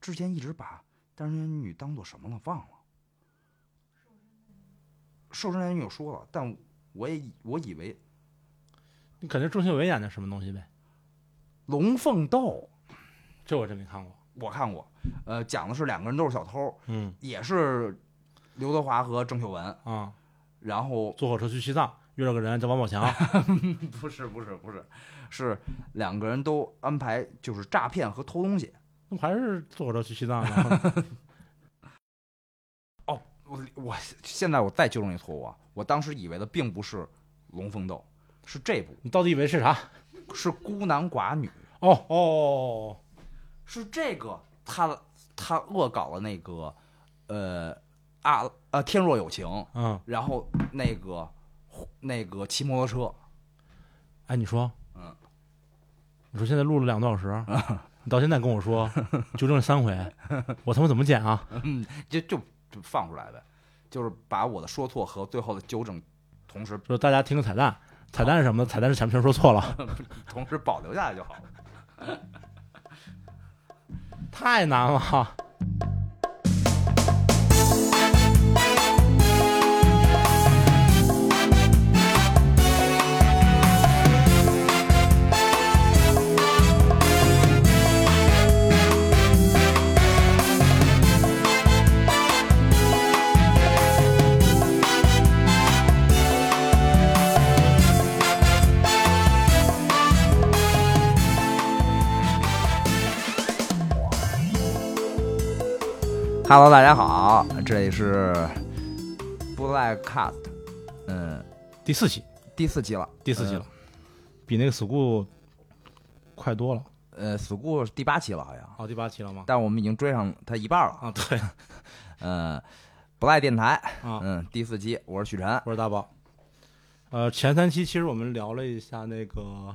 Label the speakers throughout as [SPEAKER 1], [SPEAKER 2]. [SPEAKER 1] 之前一直把单身女当做什么了，忘了。瘦身男女有说了，但我也以我以为
[SPEAKER 2] 你肯定钟秀伟演的什么东西呗？
[SPEAKER 1] 龙凤斗
[SPEAKER 2] 这我真没看过。
[SPEAKER 1] 我看过，呃，讲的是两个人都是小偷，
[SPEAKER 2] 嗯
[SPEAKER 1] 也是刘德华和郑秀文，
[SPEAKER 2] 啊，
[SPEAKER 1] 然后
[SPEAKER 2] 坐火车去西藏，遇到个人叫王 宝强，
[SPEAKER 1] 不是不是不是，是两个人都安排就是诈骗和偷东西。
[SPEAKER 2] 那不还是坐火车去西藏 吗？
[SPEAKER 1] 我我现在我再纠正一错误啊，我当时以为的并不是龙凤斗，是这部
[SPEAKER 2] 你到底以为是啥？
[SPEAKER 1] 是孤男寡女，
[SPEAKER 2] 哦哦哦，
[SPEAKER 1] 是这个他他恶搞了那个呃啊呃天若有情，
[SPEAKER 2] 哦嗯，
[SPEAKER 1] 然后那个那个骑摩托车，
[SPEAKER 2] 哎，你说，
[SPEAKER 1] 嗯，
[SPEAKER 2] 你说现在录了两个多小时，你到现在跟我 说纠正了三回，我他妈怎么剪啊？
[SPEAKER 1] 就就就放出来呗，就是把我的说错和最后的纠正，同时
[SPEAKER 2] 说大家听个彩蛋，彩蛋是什么呢？彩蛋是前面全说错了，
[SPEAKER 1] 同时保留下来就好了。
[SPEAKER 2] 太难了。
[SPEAKER 1] Hello，大家好，这里是 Black Cast，嗯，
[SPEAKER 2] 第四期，
[SPEAKER 1] 第四期了，
[SPEAKER 2] 第四期了，比那个 school 快多了。
[SPEAKER 1] 呃，呃，School 第八期了好像，
[SPEAKER 2] 哦，第八期了吗？
[SPEAKER 1] 但我们已经追上它一半了。
[SPEAKER 2] 啊， 对
[SPEAKER 1] 嗯，不赖电台，
[SPEAKER 2] 啊，
[SPEAKER 1] 嗯，第四期，我是许晨，
[SPEAKER 2] 我是大宝。呃，前三期其实我们聊了一下那个，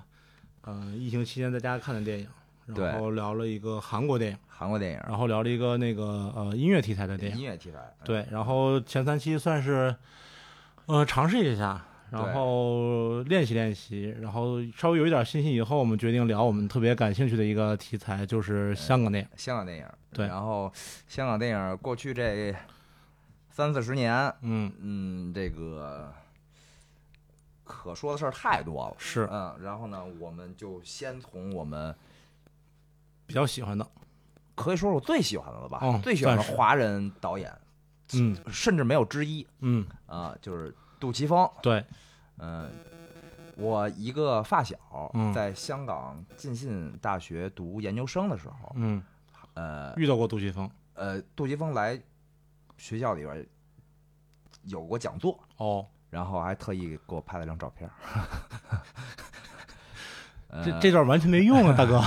[SPEAKER 2] 呃，疫情期间在家看的电影，
[SPEAKER 1] 对
[SPEAKER 2] 然后聊了一个韩国电影，
[SPEAKER 1] 韩国电
[SPEAKER 2] 然后聊了一个那个呃音乐题材的电
[SPEAKER 1] 影，
[SPEAKER 2] 影。
[SPEAKER 1] 音乐题材，
[SPEAKER 2] 对，然后前三期算是，呃，尝试一下，然后练习练习，然后稍微有一点信心以后，我们决定聊我们特别感兴趣的一个题材，就是香港电影。
[SPEAKER 1] 香港电影，
[SPEAKER 2] 对
[SPEAKER 1] 然后香港电影过去这三四十年，
[SPEAKER 2] 嗯，
[SPEAKER 1] 嗯，这个可说的事儿太多了，
[SPEAKER 2] 是
[SPEAKER 1] 嗯，然后呢，我们就先从我们
[SPEAKER 2] 比较喜欢的。
[SPEAKER 1] 可以说是我最喜欢的了吧，
[SPEAKER 2] 嗯
[SPEAKER 1] 最喜欢的
[SPEAKER 2] 算是
[SPEAKER 1] 华人导演，
[SPEAKER 2] 嗯
[SPEAKER 1] 甚至没有之一
[SPEAKER 2] 嗯，
[SPEAKER 1] 啊、就是杜琪峰，
[SPEAKER 2] 对，
[SPEAKER 1] 嗯、我一个发小
[SPEAKER 2] 嗯
[SPEAKER 1] 在香港浸信大学读研究生的时候，
[SPEAKER 2] 嗯，
[SPEAKER 1] 呃
[SPEAKER 2] 遇到过杜琪峰。
[SPEAKER 1] 呃，杜琪峰来学校里边有过讲座，
[SPEAKER 2] 哦，
[SPEAKER 1] 然后还特意给我拍了张照片儿。
[SPEAKER 2] 这这段完全没用啊，大 哥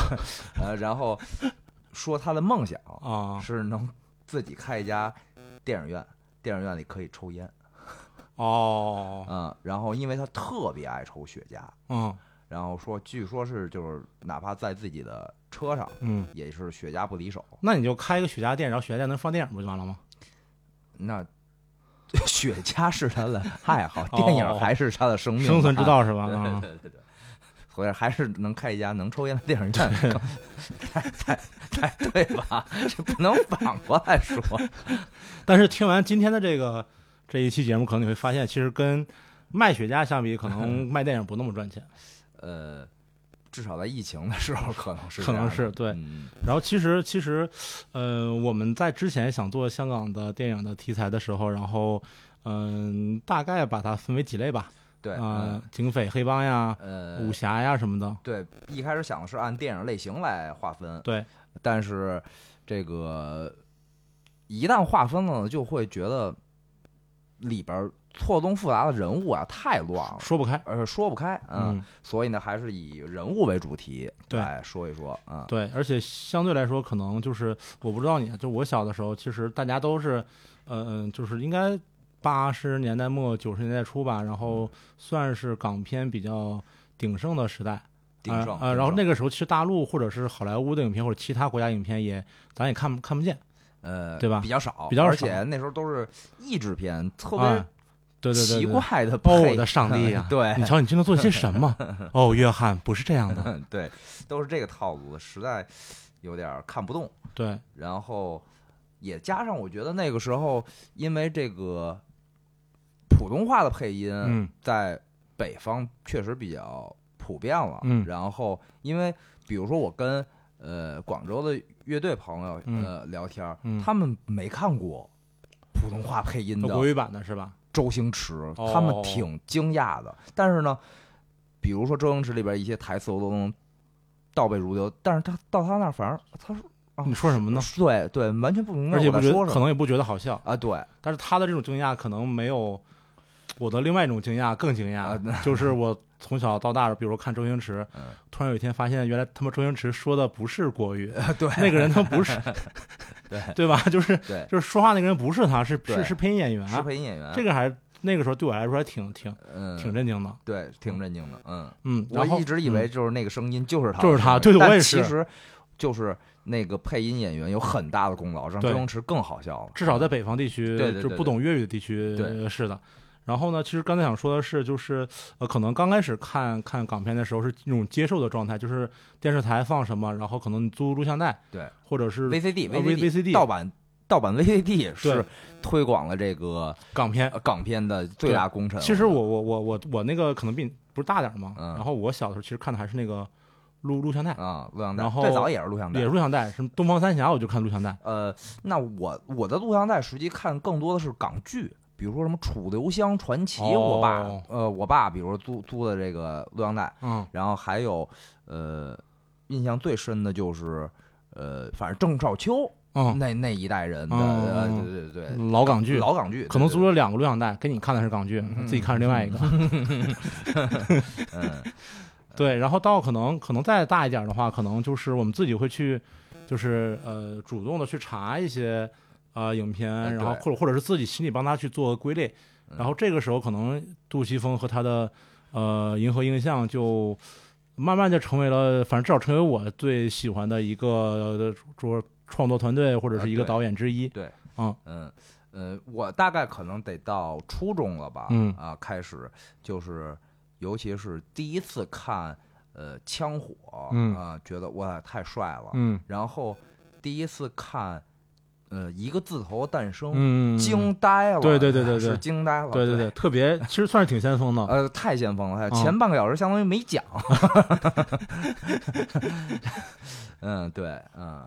[SPEAKER 1] 呃，然后说他的梦想
[SPEAKER 2] 啊
[SPEAKER 1] 是能自己开一家电影院，电影院里可以抽烟
[SPEAKER 2] 哦，
[SPEAKER 1] 啊、然后因为他特别爱抽雪茄，
[SPEAKER 2] 嗯
[SPEAKER 1] 然后说据说是就是哪怕在自己的车上
[SPEAKER 2] 嗯，
[SPEAKER 1] 也是雪茄不离手。
[SPEAKER 2] 那你就开一个雪茄店，然后雪茄店能放电影不就完了吗？
[SPEAKER 1] 那雪茄是他的爱好，
[SPEAKER 2] 哦
[SPEAKER 1] 电影还是他的生命
[SPEAKER 2] 生存之
[SPEAKER 1] 啊
[SPEAKER 2] 道是吧？
[SPEAKER 1] 对对
[SPEAKER 2] 啊，
[SPEAKER 1] 对对对，所以还是能开一家能抽烟的电影院，才才才对吧？这不能反过来说。
[SPEAKER 2] 但是听完今天的这个这一期节目，可能你会发现，其实跟卖雪茄相比，可 能卖电影不那么赚钱，
[SPEAKER 1] 呃，至少在疫情的时候可能是这
[SPEAKER 2] 可
[SPEAKER 1] 样
[SPEAKER 2] 能
[SPEAKER 1] 的
[SPEAKER 2] 是对。
[SPEAKER 1] 嗯
[SPEAKER 2] 然后其实其实，呃，我们在之前想做香港的电影的题材的时候，然后嗯、大概把它分为几类吧，
[SPEAKER 1] 对
[SPEAKER 2] 啊、
[SPEAKER 1] 嗯
[SPEAKER 2] 警匪、黑帮呀、
[SPEAKER 1] 呃
[SPEAKER 2] 武侠呀什么的，
[SPEAKER 1] 对，一开始想的是按电影类型来划分，
[SPEAKER 2] 对，
[SPEAKER 1] 但是这个一旦划分了呢，就会觉得里边儿错综复杂的人物啊太乱了，
[SPEAKER 2] 说不开。
[SPEAKER 1] 而且说不开，嗯
[SPEAKER 2] 嗯，
[SPEAKER 1] 所以呢，还是以人物为主题
[SPEAKER 2] 对
[SPEAKER 1] 来说一说啊。
[SPEAKER 2] 对，而且相对来说，可能就是我不知道你，就我小的时候，其实大家都是，嗯、呃，就是应该八十年代末九十年代初吧，然后算是港片比较鼎盛的时代。
[SPEAKER 1] 鼎盛
[SPEAKER 2] 啊、呃然后
[SPEAKER 1] 鼎盛
[SPEAKER 2] 那个时候，其实大陆或者是好莱坞的影片或者其他国家影片也咱也看不看不见，
[SPEAKER 1] 呃，
[SPEAKER 2] 对吧
[SPEAKER 1] 比较少，
[SPEAKER 2] 比较少
[SPEAKER 1] 而且那时候都是译制片，特
[SPEAKER 2] 啊
[SPEAKER 1] 别
[SPEAKER 2] 对对对
[SPEAKER 1] 奇
[SPEAKER 2] 对，
[SPEAKER 1] 怪的
[SPEAKER 2] 哦，
[SPEAKER 1] 配、
[SPEAKER 2] 我的上帝呀
[SPEAKER 1] 对
[SPEAKER 2] 你瞧，你 今天做了些什么？哦，约翰，不是这样的。
[SPEAKER 1] 对，都是这个套路的，实在有点儿看不动。
[SPEAKER 2] 对，
[SPEAKER 1] 然后也加上我觉得那个时候，因为这个普通话的配音
[SPEAKER 2] 嗯
[SPEAKER 1] 在北方确实比较普遍了。
[SPEAKER 2] 嗯
[SPEAKER 1] 然后因为比如说我跟呃广州的乐队朋友
[SPEAKER 2] 嗯
[SPEAKER 1] 呃聊天儿，
[SPEAKER 2] 嗯，
[SPEAKER 1] 他们没看过普通话配音的
[SPEAKER 2] 国语版的是吧？
[SPEAKER 1] 周星驰，
[SPEAKER 2] 哦
[SPEAKER 1] 他们挺惊讶的。但是呢，比如说周星驰里边一些台词我都能倒背如流，但是他到他那儿反而他说哦
[SPEAKER 2] 你说什么呢？
[SPEAKER 1] 对对完全不明白
[SPEAKER 2] 而且
[SPEAKER 1] 我
[SPEAKER 2] 不
[SPEAKER 1] 在
[SPEAKER 2] 觉
[SPEAKER 1] 说
[SPEAKER 2] 得，
[SPEAKER 1] 什
[SPEAKER 2] 可
[SPEAKER 1] 么
[SPEAKER 2] 能也不觉得好笑，
[SPEAKER 1] 啊，对
[SPEAKER 2] 但是他的这种惊讶可能没有我的另外一种惊讶更惊
[SPEAKER 1] 啊那
[SPEAKER 2] 讶，就是我从小到大，比如看周星驰
[SPEAKER 1] 嗯，
[SPEAKER 2] 突然有一天发现，原来他妈周星驰说的不是国语，
[SPEAKER 1] 对
[SPEAKER 2] 那个人他不是，
[SPEAKER 1] 对
[SPEAKER 2] 对吧？就是
[SPEAKER 1] 对，
[SPEAKER 2] 就是说话那个人不是他，是
[SPEAKER 1] 对
[SPEAKER 2] 是是配音演员，
[SPEAKER 1] 是配音演员，
[SPEAKER 2] 这个还那个时候对我来说还挺挺
[SPEAKER 1] 嗯
[SPEAKER 2] 挺震惊的，
[SPEAKER 1] 对，挺震惊的，嗯。
[SPEAKER 2] 嗯，
[SPEAKER 1] 我
[SPEAKER 2] 然后
[SPEAKER 1] 一直以为就是那个声音就是他的声
[SPEAKER 2] 就
[SPEAKER 1] 音，
[SPEAKER 2] 是他对对
[SPEAKER 1] 但
[SPEAKER 2] 我也是
[SPEAKER 1] 其实就是那个配音演员有很大的功劳，让周
[SPEAKER 2] 对
[SPEAKER 1] 星驰更好笑了。
[SPEAKER 2] 至少在北方地区，
[SPEAKER 1] 对对对
[SPEAKER 2] 就不懂粤语的地区
[SPEAKER 1] 对
[SPEAKER 2] 呃是的。然后呢，其实刚才想说的是，就是呃，可能刚开始看看港片的时候是那种接受的状态，就是电视台放什么，然后可能你租录像带，
[SPEAKER 1] 对，
[SPEAKER 2] 或者是
[SPEAKER 1] VCD
[SPEAKER 2] 呃
[SPEAKER 1] VCD
[SPEAKER 2] VCD
[SPEAKER 1] 盗版盗版 VCD 是
[SPEAKER 2] 对
[SPEAKER 1] 推广了这个
[SPEAKER 2] 港片
[SPEAKER 1] 呃。港片的最大功臣。
[SPEAKER 2] 其实我我我我我那个可能比你不是大点儿嘛，
[SPEAKER 1] 嗯
[SPEAKER 2] 然后我小的时候其实看的还是那个录录像带，
[SPEAKER 1] 啊，录像带
[SPEAKER 2] 然后
[SPEAKER 1] 最早也是录像带
[SPEAKER 2] 也是。录像带，什么东方三侠我就看录像带，
[SPEAKER 1] 呃，那我我的录像带实际看更多的是港剧，比如说什么《楚留香传奇》，我爸
[SPEAKER 2] 哦
[SPEAKER 1] 呃，我爸比如租租的这个录像带，
[SPEAKER 2] 嗯
[SPEAKER 1] 然后还有呃，印象最深的就是呃，反正郑少秋
[SPEAKER 2] 嗯，
[SPEAKER 1] 那那一代人的，
[SPEAKER 2] 嗯
[SPEAKER 1] 呃
[SPEAKER 2] 嗯
[SPEAKER 1] 对对对
[SPEAKER 2] 老港
[SPEAKER 1] 对，
[SPEAKER 2] 剧，
[SPEAKER 1] 老港剧
[SPEAKER 2] 可能
[SPEAKER 1] 对嗯
[SPEAKER 2] 租了两个录像带，给你看的是港剧，自己看是另外一个。
[SPEAKER 1] 对嗯
[SPEAKER 2] 对，然后到可能可能再大一点儿的话，可能就是我们自己会去，就是呃主动的去查一些呃影片，
[SPEAKER 1] 嗯
[SPEAKER 2] 然后
[SPEAKER 1] 对嗯
[SPEAKER 2] 或者或者是自己心里帮他去做归类，然后这个时候可能杜琪峰和他的呃银河映像就慢慢就成为了，反正至少成为我最喜欢的一个呃说创作团队或者是一个
[SPEAKER 1] 啊对
[SPEAKER 2] 导演之一。
[SPEAKER 1] 对，
[SPEAKER 2] 嗯
[SPEAKER 1] 嗯呃，我大概可能得到初中了吧，
[SPEAKER 2] 嗯
[SPEAKER 1] 啊，开始就是，尤其是第一次看呃枪火，
[SPEAKER 2] 嗯
[SPEAKER 1] 啊，觉得哇太帅了，
[SPEAKER 2] 嗯
[SPEAKER 1] 然后第一次看呃一个字头诞生，
[SPEAKER 2] 嗯，嗯
[SPEAKER 1] 惊，呆了，
[SPEAKER 2] 对对对对对
[SPEAKER 1] 是惊呆了，
[SPEAKER 2] 对
[SPEAKER 1] 对
[SPEAKER 2] 对对，特别其实算是挺先锋的。
[SPEAKER 1] 呃，太先锋了，
[SPEAKER 2] 嗯
[SPEAKER 1] 前半个小时相当于没讲。 嗯，对，嗯，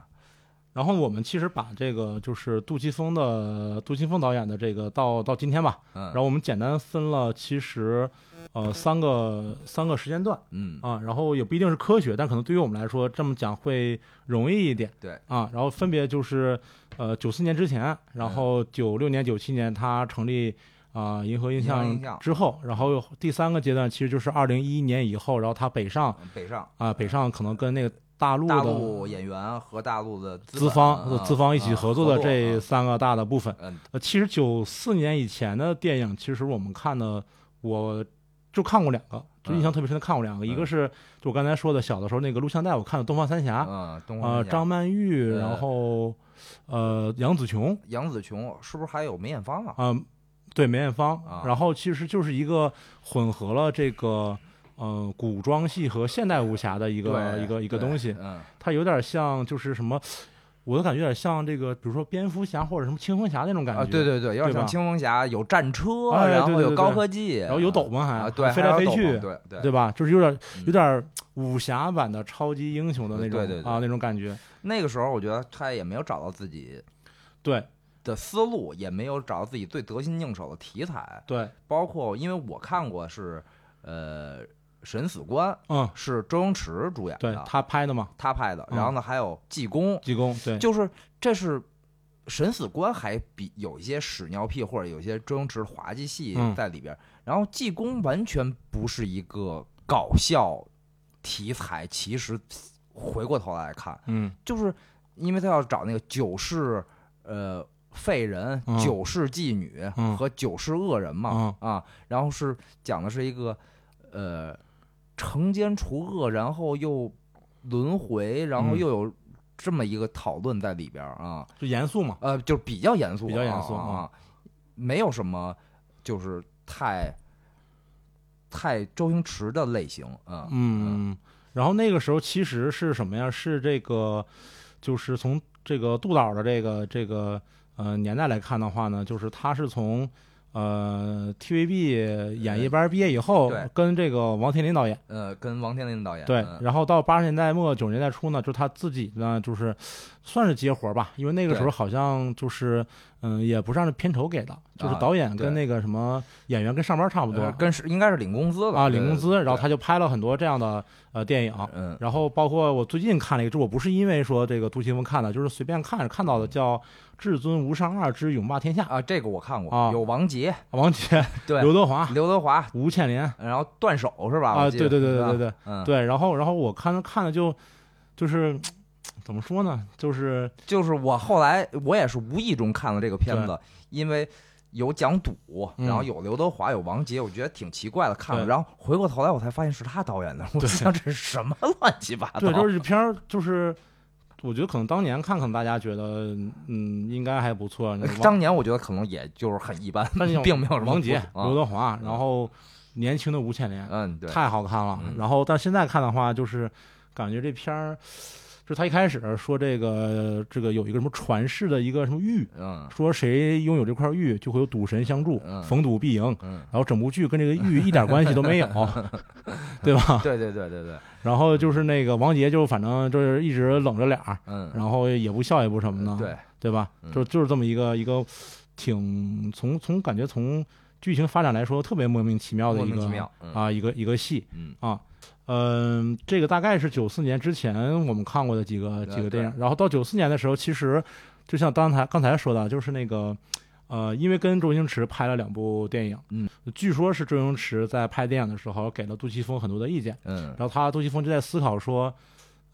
[SPEAKER 2] 然后我们其实把这个就是杜琪峰的杜琪峰导演的这个到到今天吧，
[SPEAKER 1] 嗯
[SPEAKER 2] 然后我们简单分了其实呃三个三个时间段
[SPEAKER 1] 嗯，
[SPEAKER 2] 啊，然后也不一定是科学，但可能对于我们来说这么讲会容易一点。
[SPEAKER 1] 对
[SPEAKER 2] 啊，然后分别就是呃九四年之前，然后九六年九七年他成立。啊、银河映
[SPEAKER 1] 嗯银河
[SPEAKER 2] 像
[SPEAKER 1] 映像
[SPEAKER 2] 之后，然后第三个阶段其实就是二零一一年以后，然后他北上啊、
[SPEAKER 1] 北上
[SPEAKER 2] 北上可能跟那个大陆
[SPEAKER 1] 大
[SPEAKER 2] 的
[SPEAKER 1] 陆演员和大陆的资
[SPEAKER 2] 资
[SPEAKER 1] 本
[SPEAKER 2] 方呃
[SPEAKER 1] 啊
[SPEAKER 2] 资方一起
[SPEAKER 1] 啊
[SPEAKER 2] 合
[SPEAKER 1] 合
[SPEAKER 2] 作的这
[SPEAKER 1] 啊
[SPEAKER 2] 三个大的部分。
[SPEAKER 1] 嗯
[SPEAKER 2] 呃，其实九四年以前的电影，其实我们看的，我就看过两个，
[SPEAKER 1] 嗯
[SPEAKER 2] 就印象特别深的看过两个，一个是就我刚才说的，小的时候那个录像带，我看的《东方三侠》，
[SPEAKER 1] 嗯，东方
[SPEAKER 2] 呃，
[SPEAKER 1] 神
[SPEAKER 2] 张曼玉，
[SPEAKER 1] 呃
[SPEAKER 2] 然后呃杨紫琼，
[SPEAKER 1] 杨紫琼是不是还有梅艳芳啊？
[SPEAKER 2] 啊、对梅艳芳
[SPEAKER 1] 啊，
[SPEAKER 2] 然后其实就是一个混合了这个呃古装戏和现代武侠的一
[SPEAKER 1] 一
[SPEAKER 2] 个一个一个东西，
[SPEAKER 1] 嗯，
[SPEAKER 2] 它有点像就是什么，我都感觉有点像这个，比如说蝙蝠侠或者什么青蜂侠那种感觉。
[SPEAKER 1] 啊，对。对对，有点
[SPEAKER 2] 对
[SPEAKER 1] 像
[SPEAKER 2] 吧
[SPEAKER 1] 青蜂侠，有战车，
[SPEAKER 2] 哎
[SPEAKER 1] 然
[SPEAKER 2] 对
[SPEAKER 1] 后
[SPEAKER 2] 对
[SPEAKER 1] 有
[SPEAKER 2] 对
[SPEAKER 1] 高
[SPEAKER 2] 对
[SPEAKER 1] 科技，
[SPEAKER 2] 然后有斗篷还，
[SPEAKER 1] 啊，对，
[SPEAKER 2] 飞
[SPEAKER 1] 还
[SPEAKER 2] 来
[SPEAKER 1] 有
[SPEAKER 2] 飞
[SPEAKER 1] 斗
[SPEAKER 2] 去
[SPEAKER 1] 篷，对对
[SPEAKER 2] 对吧？就是有点
[SPEAKER 1] 嗯
[SPEAKER 2] 有点武侠版的超级英雄的那种
[SPEAKER 1] 对对对
[SPEAKER 2] 啊那种感觉。
[SPEAKER 1] 那个时候我觉得他也没有找到自己
[SPEAKER 2] 对
[SPEAKER 1] 的思路，也没有找到自己最得心应手的题材，
[SPEAKER 2] 对，
[SPEAKER 1] 包括因为我看过是，呃，《审死官》
[SPEAKER 2] 嗯，
[SPEAKER 1] 是周星驰主演
[SPEAKER 2] 对
[SPEAKER 1] 的，
[SPEAKER 2] 他拍的嘛，
[SPEAKER 1] 他拍的，
[SPEAKER 2] 嗯
[SPEAKER 1] 然后呢还有《济公》
[SPEAKER 2] 济公对
[SPEAKER 1] 就是这是《审死官》还比有一些屎尿屁或者有一些周星驰滑稽戏
[SPEAKER 2] 嗯
[SPEAKER 1] 在里边儿，然后《济公》完全不是一个搞笑题材，其实回过头来看，
[SPEAKER 2] 嗯
[SPEAKER 1] 就是因为他要找那个九世呃废人、
[SPEAKER 2] 嗯
[SPEAKER 1] 九世妓女
[SPEAKER 2] 嗯
[SPEAKER 1] 和九世恶人嘛、啊，然后是讲的是一个呃惩奸除恶，然后又轮回，然后
[SPEAKER 2] 嗯
[SPEAKER 1] 又有这么一个讨论在里边儿啊，
[SPEAKER 2] 就严肃嘛，
[SPEAKER 1] 呃，就是比较严肃啊，
[SPEAKER 2] 比较严肃
[SPEAKER 1] 啊啊，没有什么就是太太周星驰的类型啊，
[SPEAKER 2] 嗯嗯。然后那个时候其实是什么呀？是这个就是从这个杜导的这个这个呃年代来看的话呢，就是他是从呃 TVB 演艺班毕业以后
[SPEAKER 1] 对，
[SPEAKER 2] 跟这个王天林导演
[SPEAKER 1] 呃，跟王天林导演
[SPEAKER 2] 对
[SPEAKER 1] 嗯，
[SPEAKER 2] 然后到八十年代末九十年代初呢，就他自己呢就是算是接活儿吧，因为那个时候
[SPEAKER 1] 对
[SPEAKER 2] 好像就是嗯也不是按片酬给的，就是
[SPEAKER 1] 啊
[SPEAKER 2] 导演
[SPEAKER 1] 对
[SPEAKER 2] 跟那个什么演员跟上班差不多
[SPEAKER 1] 呃跟是应该是领工资了
[SPEAKER 2] 啊领工资，
[SPEAKER 1] 对
[SPEAKER 2] 然后他就拍了很多这样的呃电影，
[SPEAKER 1] 嗯
[SPEAKER 2] 然后包括我最近看了一个，这我不是因为说这个杜琪峰看的，就是随便看着看到的，叫《至尊无上二之勇霸天下》，
[SPEAKER 1] 啊，这个我看
[SPEAKER 2] 啊
[SPEAKER 1] 过，有王杰，
[SPEAKER 2] 王杰、
[SPEAKER 1] 对，
[SPEAKER 2] 刘德华、
[SPEAKER 1] 刘德华，
[SPEAKER 2] 吴倩莲
[SPEAKER 1] 然后断手是吧？
[SPEAKER 2] 啊，
[SPEAKER 1] 我记
[SPEAKER 2] 对
[SPEAKER 1] 得
[SPEAKER 2] 对对对对，
[SPEAKER 1] 是吧
[SPEAKER 2] 对
[SPEAKER 1] 嗯，
[SPEAKER 2] 对。然后然后我看看了就就是怎么说呢，就是
[SPEAKER 1] 就是我后来我也是无意中看了这个片子，因为有讲赌，
[SPEAKER 2] 嗯
[SPEAKER 1] 然后有刘德华，有王杰，我觉得挺奇怪的，看了，
[SPEAKER 2] 对
[SPEAKER 1] 然后回过头来我才发现是他导演的，我
[SPEAKER 2] 对
[SPEAKER 1] 想这是什么乱七八糟？
[SPEAKER 2] 对，就是这片儿就是。我觉得可能当年看，可能大家觉得，嗯，应该还不错。那王
[SPEAKER 1] 呃当年我觉得可能也就是很一般，
[SPEAKER 2] 但是
[SPEAKER 1] 并没有什么
[SPEAKER 2] 王杰、
[SPEAKER 1] 不啊
[SPEAKER 2] 刘德华，然后年轻的吴倩莲，
[SPEAKER 1] 嗯，对，
[SPEAKER 2] 太好看了。
[SPEAKER 1] 嗯
[SPEAKER 2] 然后，但现在看的话，就是感觉这片儿，就是他一开始说这个这个有一个什么传世的一个什么玉，
[SPEAKER 1] 嗯
[SPEAKER 2] 说谁拥有这块玉，就会有赌神相助，
[SPEAKER 1] 嗯
[SPEAKER 2] 逢赌必赢。
[SPEAKER 1] 嗯，
[SPEAKER 2] 然后整部剧跟这个 玉一点关系都没有，对吧？
[SPEAKER 1] 对对对对对，
[SPEAKER 2] 然后就是那个王杰，就反正就是一直冷着脸儿，
[SPEAKER 1] 嗯，
[SPEAKER 2] 然后也不笑也不什么的，
[SPEAKER 1] 对，
[SPEAKER 2] 对吧？
[SPEAKER 1] 嗯
[SPEAKER 2] 就就是这么一个一个挺从从感觉从剧情发展来说特别莫名其妙的
[SPEAKER 1] 莫
[SPEAKER 2] 一
[SPEAKER 1] 名
[SPEAKER 2] 个
[SPEAKER 1] 其妙，嗯
[SPEAKER 2] 啊一个一个戏。
[SPEAKER 1] 嗯，
[SPEAKER 2] 啊，嗯、这个大概是九四年之前我们看过的几个几个电影，然后到九四年的时候，其实就像刚才刚才说的，就是那个。呃，因为跟周星驰拍了两部电影，
[SPEAKER 1] 嗯，
[SPEAKER 2] 据说是周星驰在拍电影的时候给了杜琪峰很多的意见，
[SPEAKER 1] 嗯，
[SPEAKER 2] 然后他杜琪峰就在思考说，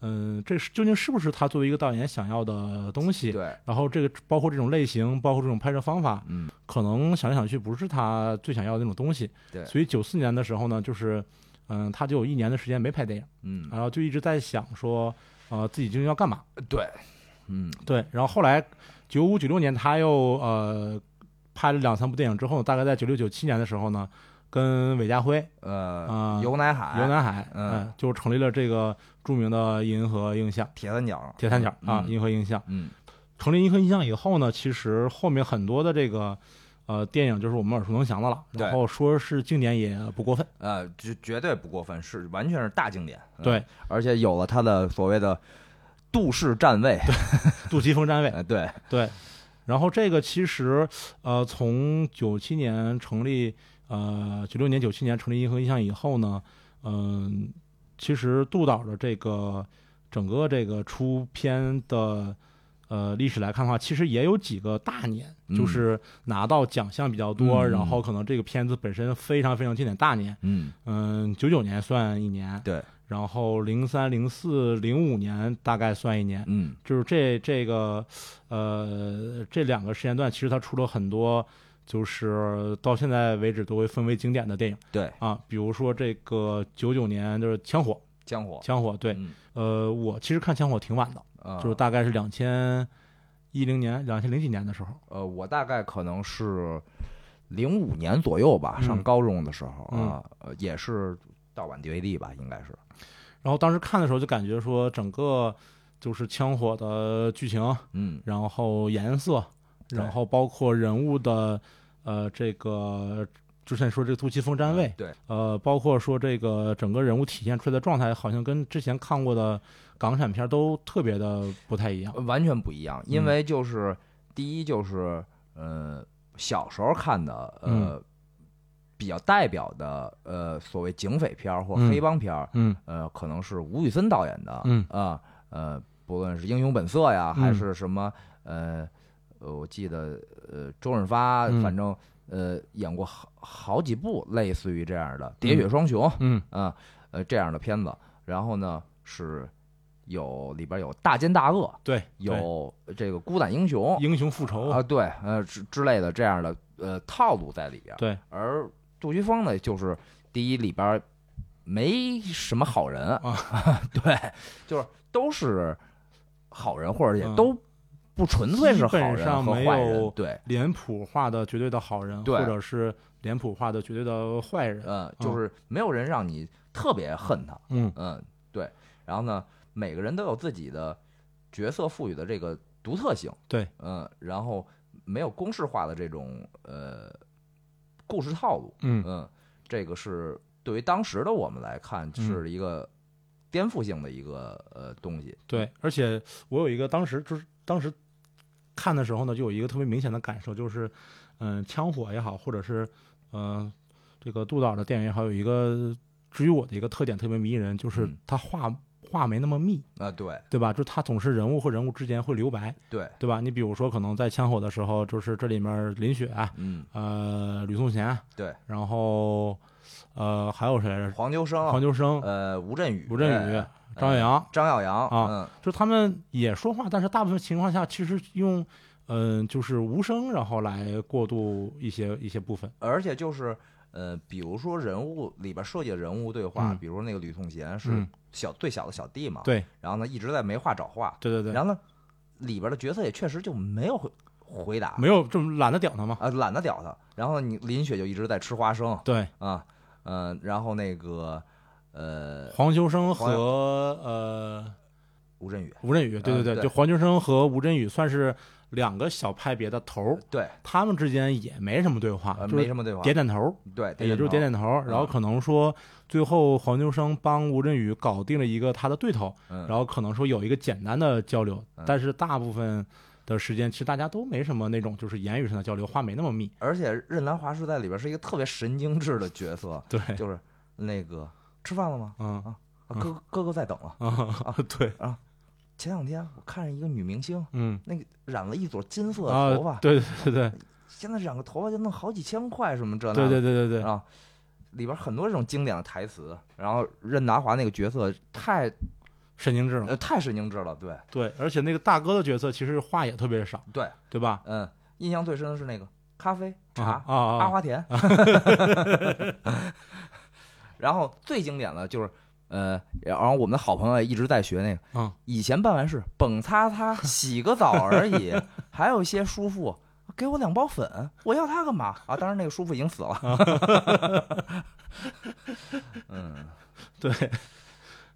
[SPEAKER 2] 嗯、这是究竟是不是他作为一个导演想要的东西？
[SPEAKER 1] 对，
[SPEAKER 2] 然后这个包括这种类型，包括这种拍摄方法，
[SPEAKER 1] 嗯，
[SPEAKER 2] 可能想来想去不是他最想要的那种东西。
[SPEAKER 1] 对
[SPEAKER 2] 所以九四年的时候呢，就是嗯，他就有一年的时间没拍电影，
[SPEAKER 1] 嗯，
[SPEAKER 2] 然后就一直在想说，呃，自己究竟要干嘛？
[SPEAKER 1] 对，嗯，
[SPEAKER 2] 对，然后后来九五九六年他又呃拍了两三部电影之后，大概在九六九七年的时候呢，跟韦家辉、
[SPEAKER 1] 呃
[SPEAKER 2] 啊，
[SPEAKER 1] 游乃海，
[SPEAKER 2] 刘南海，
[SPEAKER 1] 嗯
[SPEAKER 2] 呃就成立了这个著名的银河映像。
[SPEAKER 1] 铁三角，
[SPEAKER 2] 铁三角啊，
[SPEAKER 1] 嗯
[SPEAKER 2] 银河映像
[SPEAKER 1] 嗯，
[SPEAKER 2] 成立银河映像以后呢，其实后面很多的这个呃电影就是我们耳熟能详的了，
[SPEAKER 1] 对
[SPEAKER 2] 然后说是经典也不过分。
[SPEAKER 1] 呃，绝绝对不过分，是完全是大经典。嗯
[SPEAKER 2] 对，
[SPEAKER 1] 而且有了他的所谓的杜氏站位，
[SPEAKER 2] 杜琪峰站位，
[SPEAKER 1] 呃对，
[SPEAKER 2] 对，然后这个其实，呃，从九七年成立，呃，九六年、九七年成立银河印象以后呢，嗯、其实杜导的这个整个这个出片的，呃，历史来看的话，其实也有几个大年，就
[SPEAKER 1] 嗯
[SPEAKER 2] 是拿到奖项比较多，
[SPEAKER 1] 嗯
[SPEAKER 2] 然后可能这个片子本身非常非常经典大年，
[SPEAKER 1] 嗯，
[SPEAKER 2] 嗯、九九年算一年，
[SPEAKER 1] 对，
[SPEAKER 2] 然后零三、零四、零五年大概算一年，
[SPEAKER 1] 嗯，
[SPEAKER 2] 就是这这个呃这两个时间段，其实它出了很多，就是到现在为止都会分为经典的电影
[SPEAKER 1] 对，
[SPEAKER 2] 啊，比如说这个九九年就是《枪火
[SPEAKER 1] 江》，湖，
[SPEAKER 2] 《枪火》对，
[SPEAKER 1] 嗯
[SPEAKER 2] 呃，我其实看《枪火》挺晚的，
[SPEAKER 1] 呃
[SPEAKER 2] 就是大概是两千一零年、两千零几年的时候，
[SPEAKER 1] 呃，我大概可能是零五年左右吧，
[SPEAKER 2] 嗯
[SPEAKER 1] 上高中的时候
[SPEAKER 2] 嗯
[SPEAKER 1] 啊，呃也是盗版 DVD 吧，应该是，
[SPEAKER 2] 然后当时看的时候就感觉说整个就是《枪火》的剧情，
[SPEAKER 1] 嗯，
[SPEAKER 2] 然后颜色，
[SPEAKER 1] 对
[SPEAKER 2] 然后包括人物的呃这个。就像你说这个杜琪峰站位，
[SPEAKER 1] 对，
[SPEAKER 2] 呃，包括说这个整个人物体现出来的状态，好像跟之前看过的港产片都特别的不太一样。
[SPEAKER 1] 完全不一样，
[SPEAKER 2] 嗯
[SPEAKER 1] 因为就是、第一就是呃小时候看的呃、
[SPEAKER 2] 嗯
[SPEAKER 1] 比较代表的呃所谓警匪片儿或
[SPEAKER 2] 嗯
[SPEAKER 1] 黑帮片儿，
[SPEAKER 2] 嗯
[SPEAKER 1] 呃可能是吴宇森导演的，
[SPEAKER 2] 嗯
[SPEAKER 1] 啊呃不论是《英雄本色》呀，还
[SPEAKER 2] 嗯
[SPEAKER 1] 是什么呃呃我记得呃周润发
[SPEAKER 2] 嗯
[SPEAKER 1] 反正呃演过好好几部类似于这样的《喋血双雄》
[SPEAKER 2] 嗯
[SPEAKER 1] 啊呃这样的片子，然后呢是有里边有大奸大恶，
[SPEAKER 2] 对，对
[SPEAKER 1] 有这个孤胆英雄
[SPEAKER 2] 英雄复仇，
[SPEAKER 1] 啊，对，呃之之类的这样的呃套路在里边。
[SPEAKER 2] 对，
[SPEAKER 1] 而杜琪峰呢，就是第一里边没什么好人
[SPEAKER 2] 啊，
[SPEAKER 1] 对，就是都是好人，或者也
[SPEAKER 2] 嗯
[SPEAKER 1] 都不纯粹是好
[SPEAKER 2] 基本上
[SPEAKER 1] 人和
[SPEAKER 2] 没
[SPEAKER 1] 坏人
[SPEAKER 2] 有，
[SPEAKER 1] 对，
[SPEAKER 2] 脸谱化的绝对的好人，
[SPEAKER 1] 对
[SPEAKER 2] 或者是脸谱化的绝对的坏人。
[SPEAKER 1] 呃，就是没有人让你特别恨他，
[SPEAKER 2] 嗯
[SPEAKER 1] 嗯，对。然后呢，每个人都有自己的角色赋予的这个独特性，
[SPEAKER 2] 对，
[SPEAKER 1] 嗯，然后没有公式化的这种呃故事套路，
[SPEAKER 2] 嗯
[SPEAKER 1] 嗯，这个是对于当时的我们来看
[SPEAKER 2] 嗯
[SPEAKER 1] 是一个颠覆性的一个呃东西，
[SPEAKER 2] 对，而且我有一个当时就是当时看的时候呢，就有一个特别明显的感受，就是嗯、枪火也好，或者是呃这个杜导的电影也好，有一个至于我的一个特点特别迷人，就是
[SPEAKER 1] 嗯
[SPEAKER 2] 他画、画没那么密，
[SPEAKER 1] 啊，对
[SPEAKER 2] 对吧？就他总是人物和人物之间会留白，
[SPEAKER 1] 对，
[SPEAKER 2] 对吧？你比如说可能在枪火的时候，就是这里面林雪、啊
[SPEAKER 1] 嗯，
[SPEAKER 2] 呃吕颂贤，
[SPEAKER 1] 对，
[SPEAKER 2] 然后呃还有谁来着？
[SPEAKER 1] 黄秋生，
[SPEAKER 2] 黄秋生、
[SPEAKER 1] 呃，吴镇宇，
[SPEAKER 2] 吴镇宇、
[SPEAKER 1] 哎
[SPEAKER 2] 张阳。
[SPEAKER 1] 张耀扬嗯
[SPEAKER 2] 啊，就他们也说话，但是大部分情况下其实用，嗯、就是无声，然后来过渡一些一些部分。
[SPEAKER 1] 嗯，而且就是呃，比如说人物里边设计的人物对话，
[SPEAKER 2] 嗯
[SPEAKER 1] 比如那个吕颂贤是
[SPEAKER 2] 嗯
[SPEAKER 1] 小、最小的小弟嘛，
[SPEAKER 2] 对，
[SPEAKER 1] 然后呢一直在没话找话，
[SPEAKER 2] 对对对，
[SPEAKER 1] 啊然后呢里边的角色也确实就没有回回答，
[SPEAKER 2] 没有这么懒得屌他嘛。
[SPEAKER 1] 啊懒得屌他，然后你林雪就一直在吃花生
[SPEAKER 2] 对，
[SPEAKER 1] 啊，嗯、然后那个呃
[SPEAKER 2] 黄秋生
[SPEAKER 1] 黄
[SPEAKER 2] 和呃
[SPEAKER 1] 吴镇宇，
[SPEAKER 2] 吴镇宇，对对
[SPEAKER 1] 嗯
[SPEAKER 2] 对，
[SPEAKER 1] 对
[SPEAKER 2] 就黄秋生和吴镇宇算是两个小派别的头儿，
[SPEAKER 1] 对，
[SPEAKER 2] 他们之间也没什么对话，
[SPEAKER 1] 呃、
[SPEAKER 2] 啊就
[SPEAKER 1] 没
[SPEAKER 2] 是
[SPEAKER 1] 什么对话，
[SPEAKER 2] 点点头儿。
[SPEAKER 1] 对，
[SPEAKER 2] 也就是点
[SPEAKER 1] 点
[SPEAKER 2] 点头儿，然后
[SPEAKER 1] 嗯
[SPEAKER 2] 可能说最后黄秋生帮吴镇宇搞定了一个他的对头，
[SPEAKER 1] 头，嗯，
[SPEAKER 2] 然后可能说有一个简单的交流
[SPEAKER 1] 嗯，
[SPEAKER 2] 但是大部分的时间其实大家都没什么那种就是言语上的交流，话没那么密。
[SPEAKER 1] 而且任兰华是在里边是一个特别神经质的角色，
[SPEAKER 2] 对，
[SPEAKER 1] 就是那个吃饭了吗？
[SPEAKER 2] 嗯
[SPEAKER 1] 啊，哥哥哥在等了。
[SPEAKER 2] 啊， 对，
[SPEAKER 1] 前两天我看见一个女明星，
[SPEAKER 2] 嗯
[SPEAKER 1] 那个染了一撮金色的
[SPEAKER 2] 啊
[SPEAKER 1] 头发，，
[SPEAKER 2] 对对对对
[SPEAKER 1] 现在染个头发就弄好几千块什么这那
[SPEAKER 2] 对
[SPEAKER 1] 的
[SPEAKER 2] 对对对对，
[SPEAKER 1] 啊，里边很多这种经典的台词。然后任达华那个角色太
[SPEAKER 2] 神经质了。
[SPEAKER 1] 呃太神经质了，对
[SPEAKER 2] 对，而且那个大哥的角色其实话也特别少，
[SPEAKER 1] 对，
[SPEAKER 2] 对吧？
[SPEAKER 1] 嗯，印象最深的是那个咖啡
[SPEAKER 2] 啊
[SPEAKER 1] 茶
[SPEAKER 2] 啊
[SPEAKER 1] 阿
[SPEAKER 2] 啊，
[SPEAKER 1] 华 田，然后最经典的就是。呃，然后我们的好朋友一直在学那个，
[SPEAKER 2] 嗯，
[SPEAKER 1] 以前办完事蹦擦擦，洗个澡而 已，还有一些叔父给我两包粉，我要它干嘛啊？当然那个叔父已经死了。嗯，
[SPEAKER 2] 对。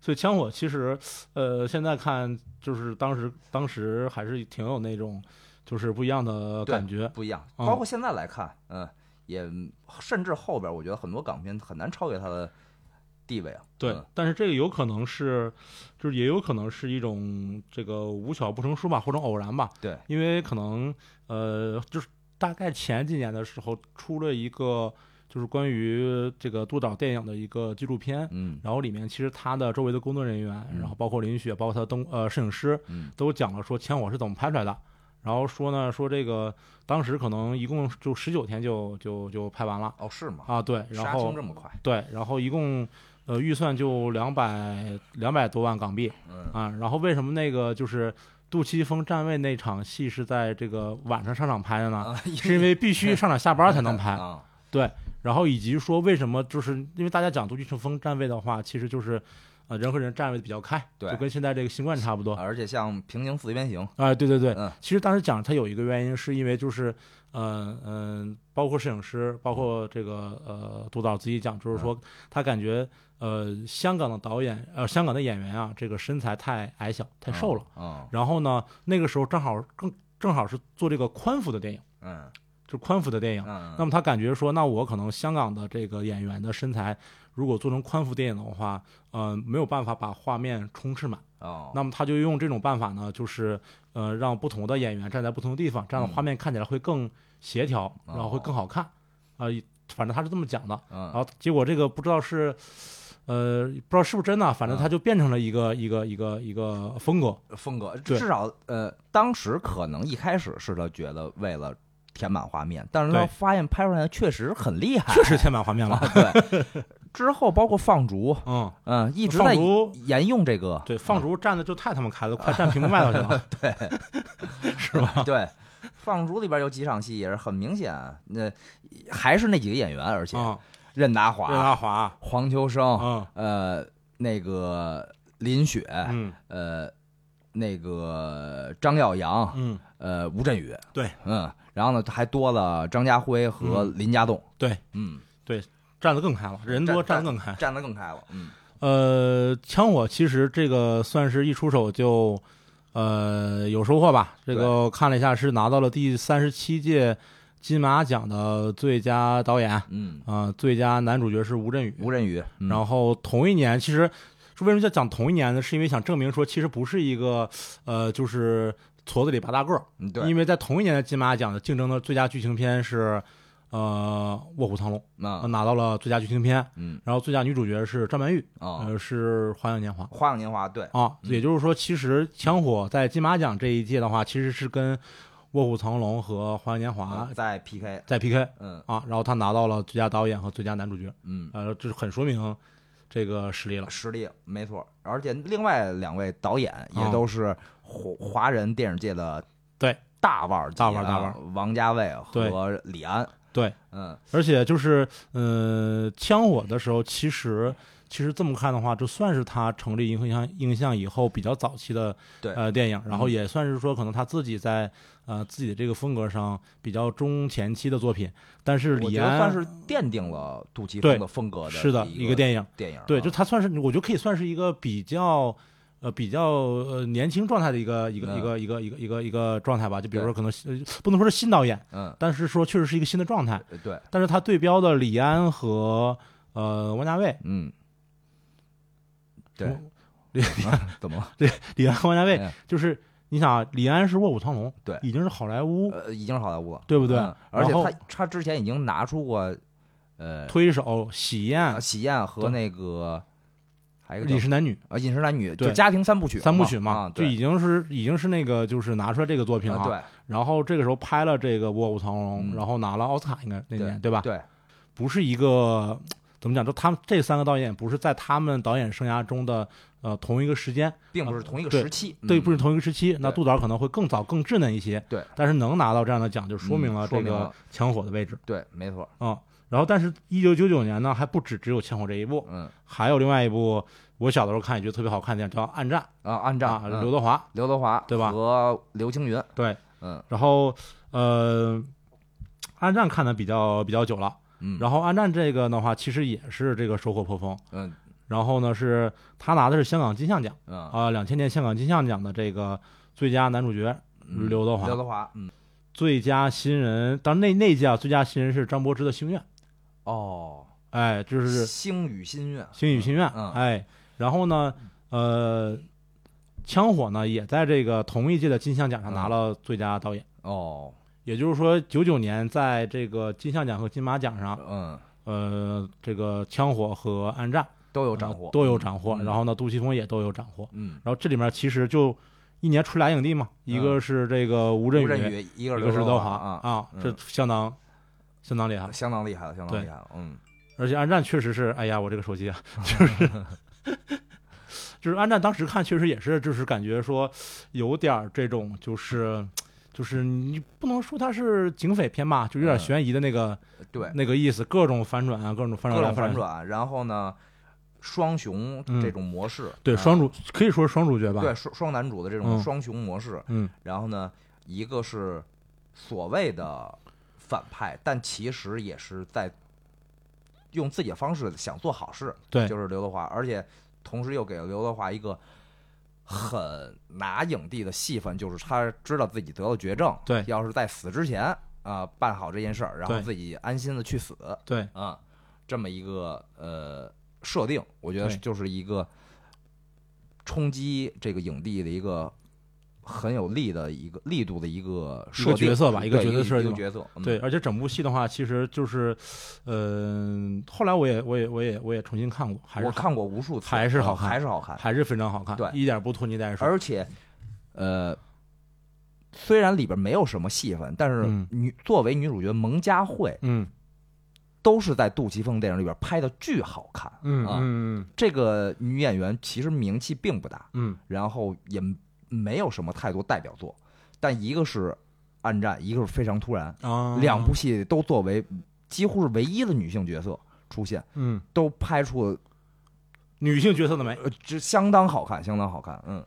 [SPEAKER 2] 所以枪火其实，呃，现在看就是当时当时还是挺有那种就是不一样的
[SPEAKER 1] 对
[SPEAKER 2] 感觉。
[SPEAKER 1] 不一样。
[SPEAKER 2] 嗯
[SPEAKER 1] 包括现在来看，嗯，也甚至后边，我觉得很多港片很难超越它的地位啊。
[SPEAKER 2] 对
[SPEAKER 1] 嗯，
[SPEAKER 2] 但是这个有可能是，就是也有可能是一种这个无巧不成书吧，或者偶然吧。
[SPEAKER 1] 对，
[SPEAKER 2] 因为可能呃，就是大概前几年的时候出了一个就是关于这个杜导电影的一个纪录片，
[SPEAKER 1] 嗯
[SPEAKER 2] 然后里面其实他的周围的工作人员，
[SPEAKER 1] 嗯
[SPEAKER 2] 然后包括林雪，包括他的灯呃摄影师，
[SPEAKER 1] 嗯
[SPEAKER 2] 都讲了说前火是怎么拍出来的。然后说呢，说这个当时可能一共就十九天就就就拍完了
[SPEAKER 1] 哦，是吗？
[SPEAKER 2] 啊，对，然
[SPEAKER 1] 杀
[SPEAKER 2] 后
[SPEAKER 1] 青这么快？
[SPEAKER 2] 对，然后一共呃预算就两百两百多万港币
[SPEAKER 1] 嗯
[SPEAKER 2] 啊。然后为什么那个就是杜琪峰站位那场戏是在这个晚上上场拍的呢？
[SPEAKER 1] 啊，
[SPEAKER 2] 是因为必须上场下班才能拍。
[SPEAKER 1] 啊。
[SPEAKER 2] 然后以及说为什么就是因为大家讲杜琪峰站位的话，其实就是。呃，人和人站位比较开，
[SPEAKER 1] 对
[SPEAKER 2] 就跟现在这个新冠差不多。
[SPEAKER 1] 啊而且像《平行四边形》，
[SPEAKER 2] 啊，对对对，
[SPEAKER 1] 嗯
[SPEAKER 2] 其实当时讲它有一个原因，是因为就是，嗯、嗯、包括摄影师，包括这个呃督导自己讲，就是
[SPEAKER 1] 嗯
[SPEAKER 2] 说他感觉呃香港的导演呃香港的演员啊，这个身材太矮小太瘦了，
[SPEAKER 1] 嗯
[SPEAKER 2] 然后呢那个时候正好更正好是做这个宽幅的电影，
[SPEAKER 1] 嗯
[SPEAKER 2] 就是宽幅的电影，
[SPEAKER 1] 嗯，
[SPEAKER 2] 那么他感觉说，那我可能香港的这个演员的身材，如果做成宽幅电影的话，呃，没有办法把画面充斥满。
[SPEAKER 1] 哦，
[SPEAKER 2] 那么他就用这种办法呢，就是呃让不同的演员站在不同的地方，这样的画面看起来会更协调，然后会更好看啊、反正他是这么讲的。然
[SPEAKER 1] 嗯
[SPEAKER 2] 后结果这个不知道是呃不知道是不是真的，反正他就变成了一个、一个一个一个风格。
[SPEAKER 1] 风格
[SPEAKER 2] 对
[SPEAKER 1] 至少呃，当时可能一开始是他觉得为了填满画面，但是他
[SPEAKER 2] 对
[SPEAKER 1] 发现拍出来确实很厉害，
[SPEAKER 2] 确实填满画面了
[SPEAKER 1] 啊，，对。之后包括放逐，
[SPEAKER 2] 嗯，
[SPEAKER 1] 嗯，一直
[SPEAKER 2] 放
[SPEAKER 1] 在
[SPEAKER 2] 逐
[SPEAKER 1] 沿用这个，
[SPEAKER 2] 对放逐站的就太他妈开了，快站屏幕外头去了， 对，是 吧？
[SPEAKER 1] 嗯对，放逐里边有几场戏也是很明显，啊那还是那几个演员，而且
[SPEAKER 2] 啊，
[SPEAKER 1] 任达
[SPEAKER 2] 任
[SPEAKER 1] 华、
[SPEAKER 2] 达华，
[SPEAKER 1] 黄秋生，
[SPEAKER 2] 嗯
[SPEAKER 1] 呃，那个林雪，
[SPEAKER 2] 嗯
[SPEAKER 1] 呃，那个张耀扬，
[SPEAKER 2] 嗯，
[SPEAKER 1] 呃，吴镇宇，
[SPEAKER 2] 对，
[SPEAKER 1] 嗯，然后呢还多了张家辉和林家栋，
[SPEAKER 2] 对，
[SPEAKER 1] 嗯，
[SPEAKER 2] 站得更开了，人多站得更开。
[SPEAKER 1] 站得更开了，嗯
[SPEAKER 2] 呃，枪火其实这个算是一出手就，呃，有收获吧。这
[SPEAKER 1] 对
[SPEAKER 2] 个我看了一下，是拿到了第三十七届金马奖的最佳导演，啊、
[SPEAKER 1] 嗯，
[SPEAKER 2] 最佳男主角是吴镇宇。
[SPEAKER 1] 吴镇宇，嗯
[SPEAKER 2] 然后同一年，其实是为什么叫讲同一年呢？是因为想证明说，其实不是一个呃，就是矬子里拔大个儿。
[SPEAKER 1] 嗯对，
[SPEAKER 2] 因为在同一年的金马奖的竞争的最佳剧情片是呃《卧虎藏龙》
[SPEAKER 1] 那
[SPEAKER 2] 拿到了最佳剧情片，
[SPEAKER 1] 嗯
[SPEAKER 2] 然后最佳女主角是张曼玉，
[SPEAKER 1] 啊，
[SPEAKER 2] 呃是《花样年华》。
[SPEAKER 1] 花样年华，对，
[SPEAKER 2] 啊，
[SPEAKER 1] 嗯
[SPEAKER 2] 也就是说，其实枪火在金马奖这一届的话，其实是跟《卧虎藏龙》和《花样年华》
[SPEAKER 1] 嗯在 PK，
[SPEAKER 2] 在 PK
[SPEAKER 1] 嗯
[SPEAKER 2] 啊，然后他拿到了最佳导演和最佳男主角，
[SPEAKER 1] 嗯，
[SPEAKER 2] 呃，这很说明这个实力了。
[SPEAKER 1] 实力没错，而且另外两位导演也
[SPEAKER 2] 啊
[SPEAKER 1] 都是华华人电影界的
[SPEAKER 2] 对
[SPEAKER 1] 大腕儿级
[SPEAKER 2] 大腕儿
[SPEAKER 1] 啊
[SPEAKER 2] 大腕，
[SPEAKER 1] 王家卫
[SPEAKER 2] 对
[SPEAKER 1] 和李安，
[SPEAKER 2] 对，
[SPEAKER 1] 嗯
[SPEAKER 2] 而且就是，呃，枪火的时候，其实其实这么看的话，这算是他成立影像影像以后比较早期的
[SPEAKER 1] 对
[SPEAKER 2] 呃电影，然后
[SPEAKER 1] 嗯
[SPEAKER 2] 也算是说可能他自己在呃自己的这个风格上比较中前期的作品，但是
[SPEAKER 1] 我
[SPEAKER 2] 李
[SPEAKER 1] 觉得算
[SPEAKER 2] 安
[SPEAKER 1] 是奠定了杜琪
[SPEAKER 2] 对
[SPEAKER 1] 峰的风格的
[SPEAKER 2] 是的
[SPEAKER 1] 一
[SPEAKER 2] 个
[SPEAKER 1] 电
[SPEAKER 2] 电影，
[SPEAKER 1] 电影啊，
[SPEAKER 2] 对，就他算是我觉得可以算是一个比较。呃，比较呃年轻状态的一个一个
[SPEAKER 1] 嗯
[SPEAKER 2] 一个一个一个一个一个状态吧，就比如说可能呃不能说是新导演，
[SPEAKER 1] 嗯
[SPEAKER 2] 但是说确实是一个新的状态。
[SPEAKER 1] 对，
[SPEAKER 2] 但是他对标的李安和呃王家卫，
[SPEAKER 1] 嗯对
[SPEAKER 2] 什么，
[SPEAKER 1] 啊怎么了？
[SPEAKER 2] 李安和王家卫
[SPEAKER 1] 哎呀
[SPEAKER 2] 就是你想啊，李安是《卧虎藏龙》，
[SPEAKER 1] 对
[SPEAKER 2] 已经是好莱坞
[SPEAKER 1] 呃，已经是好莱坞了，
[SPEAKER 2] 对不对
[SPEAKER 1] 嗯而且
[SPEAKER 2] 然后
[SPEAKER 1] 他他之前已经拿出过，呃，
[SPEAKER 2] 推手喜宴
[SPEAKER 1] 啊喜宴和
[SPEAKER 2] 对
[SPEAKER 1] 那个还有一个
[SPEAKER 2] 饮
[SPEAKER 1] 叫
[SPEAKER 2] 食男女
[SPEAKER 1] 啊饮食男女，
[SPEAKER 2] 对
[SPEAKER 1] 就家庭三部曲
[SPEAKER 2] 三部曲
[SPEAKER 1] 啊
[SPEAKER 2] 嘛，就
[SPEAKER 1] 对
[SPEAKER 2] 已经是已经是那个就是拿出来这个作品
[SPEAKER 1] 啊
[SPEAKER 2] 了。
[SPEAKER 1] 对
[SPEAKER 2] 然后这个时候拍了这个《卧虎藏龙
[SPEAKER 1] 嗯》，
[SPEAKER 2] 然后拿了奥斯卡，应该那年对吧？
[SPEAKER 1] 对
[SPEAKER 2] 不是一个怎么讲，就他们这三个导演不是在他们导演生涯中的呃同一个时间，
[SPEAKER 1] 并不是同一个
[SPEAKER 2] 对
[SPEAKER 1] 时期，
[SPEAKER 2] 对，
[SPEAKER 1] 嗯
[SPEAKER 2] 不是同一个时期。那
[SPEAKER 1] 对
[SPEAKER 2] 杜导可能会更早、更稚嫩一些，
[SPEAKER 1] 对。
[SPEAKER 2] 但是能拿到这样的奖，就说明
[SPEAKER 1] 嗯
[SPEAKER 2] 了
[SPEAKER 1] 说
[SPEAKER 2] 这
[SPEAKER 1] 明
[SPEAKER 2] 个
[SPEAKER 1] 了
[SPEAKER 2] 枪火的位置
[SPEAKER 1] 对，没错，
[SPEAKER 2] 啊、嗯然后，但是，一九九九年呢，还不止只有枪火这一部，
[SPEAKER 1] 嗯
[SPEAKER 2] 还有另外一部，我小的时候看也觉得特别好看的电影，叫《暗战
[SPEAKER 1] 啊，按》照
[SPEAKER 2] 啊，
[SPEAKER 1] 嗯
[SPEAKER 2] 刘德华。
[SPEAKER 1] 刘德华
[SPEAKER 2] 对吧
[SPEAKER 1] 和刘青云，
[SPEAKER 2] 对，
[SPEAKER 1] 嗯
[SPEAKER 2] 然后，呃，《暗战》看的比较比较久了，
[SPEAKER 1] 嗯，
[SPEAKER 2] 然后《暗战》这个的话，其实也是这个收获颇丰。
[SPEAKER 1] 嗯
[SPEAKER 2] 然后呢，是他拿的是香港金像奖
[SPEAKER 1] 嗯
[SPEAKER 2] 啊，两千年香港金像奖的这个最佳男主角、
[SPEAKER 1] 嗯
[SPEAKER 2] 刘德华
[SPEAKER 1] 刘德华，嗯
[SPEAKER 2] 最佳新人。当然那那届啊，最佳新人是张柏芝的《星愿》，
[SPEAKER 1] 哦，
[SPEAKER 2] 哎，就是
[SPEAKER 1] 星语心愿，
[SPEAKER 2] 星语心愿，
[SPEAKER 1] 嗯
[SPEAKER 2] 哎，然后呢，呃，枪火呢也在这个同一届的金像奖上
[SPEAKER 1] 嗯
[SPEAKER 2] 拿了最佳导演，
[SPEAKER 1] 哦，
[SPEAKER 2] 也就是说，九九年在这个金像奖和金马奖上，
[SPEAKER 1] 嗯，
[SPEAKER 2] 呃，这个枪火和暗战
[SPEAKER 1] 都有
[SPEAKER 2] 都
[SPEAKER 1] 斩获，
[SPEAKER 2] 嗯都有斩获，
[SPEAKER 1] 嗯
[SPEAKER 2] 然后呢，杜琪峰也都有斩获，
[SPEAKER 1] 嗯，
[SPEAKER 2] 然后这里面其实就一年出俩影帝嘛，一个是这个吴镇
[SPEAKER 1] 吴镇
[SPEAKER 2] 宇，
[SPEAKER 1] 宇一个是
[SPEAKER 2] 一个
[SPEAKER 1] 刘
[SPEAKER 2] 是刘德
[SPEAKER 1] 华
[SPEAKER 2] 华
[SPEAKER 1] 啊，
[SPEAKER 2] 啊，
[SPEAKER 1] 嗯
[SPEAKER 2] 这相当相当厉害了。
[SPEAKER 1] 相当厉害了，相当
[SPEAKER 2] 对
[SPEAKER 1] 厉害了，嗯
[SPEAKER 2] 而且暗战确实是，哎呀，我这个手机啊， 就是就是暗战当时看确实也是，就是感觉说有点儿这种，就是就是你不能说它是警匪片吧，就有点
[SPEAKER 1] 嗯
[SPEAKER 2] 悬疑的那个、
[SPEAKER 1] 对，
[SPEAKER 2] 那个意思，各种反转啊，各种反
[SPEAKER 1] 各
[SPEAKER 2] 转来
[SPEAKER 1] 种
[SPEAKER 2] 反
[SPEAKER 1] 反，转，然后呢，双雄
[SPEAKER 2] 嗯
[SPEAKER 1] 这种模式，
[SPEAKER 2] 对
[SPEAKER 1] 啊
[SPEAKER 2] 双主可以说是双主角吧，
[SPEAKER 1] 对双双男主的这种
[SPEAKER 2] 嗯
[SPEAKER 1] 双雄模式，
[SPEAKER 2] 嗯，
[SPEAKER 1] 然后呢，一个是所谓的反派，但其实也是在用自己的方式想做好事，
[SPEAKER 2] 对
[SPEAKER 1] 就是刘德华，而且同时又给了刘德华一个。很拿影帝的戏份，就是他知道自己得了绝症，
[SPEAKER 2] 对
[SPEAKER 1] 要是在死之前啊、办好这件事儿，然后
[SPEAKER 2] 对
[SPEAKER 1] 自己安心的去死，
[SPEAKER 2] 对
[SPEAKER 1] 啊，这么一个呃设定，我觉得
[SPEAKER 2] 对
[SPEAKER 1] 就是一个冲击这个影帝的一个很有力的一个力度的一个
[SPEAKER 2] 一
[SPEAKER 1] 设
[SPEAKER 2] 个
[SPEAKER 1] 定
[SPEAKER 2] 角色吧，
[SPEAKER 1] 对一
[SPEAKER 2] 一个角色设
[SPEAKER 1] 一个
[SPEAKER 2] 定。
[SPEAKER 1] 角色，嗯
[SPEAKER 2] 对，，而且整部戏的话，其实就是，嗯、后来我也我也我也我也重新看过，还是
[SPEAKER 1] 我看过无数次，
[SPEAKER 2] 还是好
[SPEAKER 1] 嗯
[SPEAKER 2] 看
[SPEAKER 1] 还是好看，
[SPEAKER 2] 还是非常好看，
[SPEAKER 1] 对
[SPEAKER 2] 一点不拖泥带水。
[SPEAKER 1] 而且呃。虽然里边没有什么戏份，但是
[SPEAKER 2] 嗯
[SPEAKER 1] 女、作为女主角蒙嘉慧，
[SPEAKER 2] 嗯
[SPEAKER 1] 都是在杜琪峰电影里边拍的巨好看。
[SPEAKER 2] 嗯
[SPEAKER 1] 啊
[SPEAKER 2] 嗯
[SPEAKER 1] 这个女演员其实名气并不大，
[SPEAKER 2] 嗯
[SPEAKER 1] 然后也没有什么太多代表作，但一个是《暗战》，一个是《非常突然》，
[SPEAKER 2] 啊，
[SPEAKER 1] 两部戏都作为几乎是唯一的女性角色出现，
[SPEAKER 2] 嗯
[SPEAKER 1] 都拍出
[SPEAKER 2] 女性角色的美，
[SPEAKER 1] 呃，这相当好看，相当好看，嗯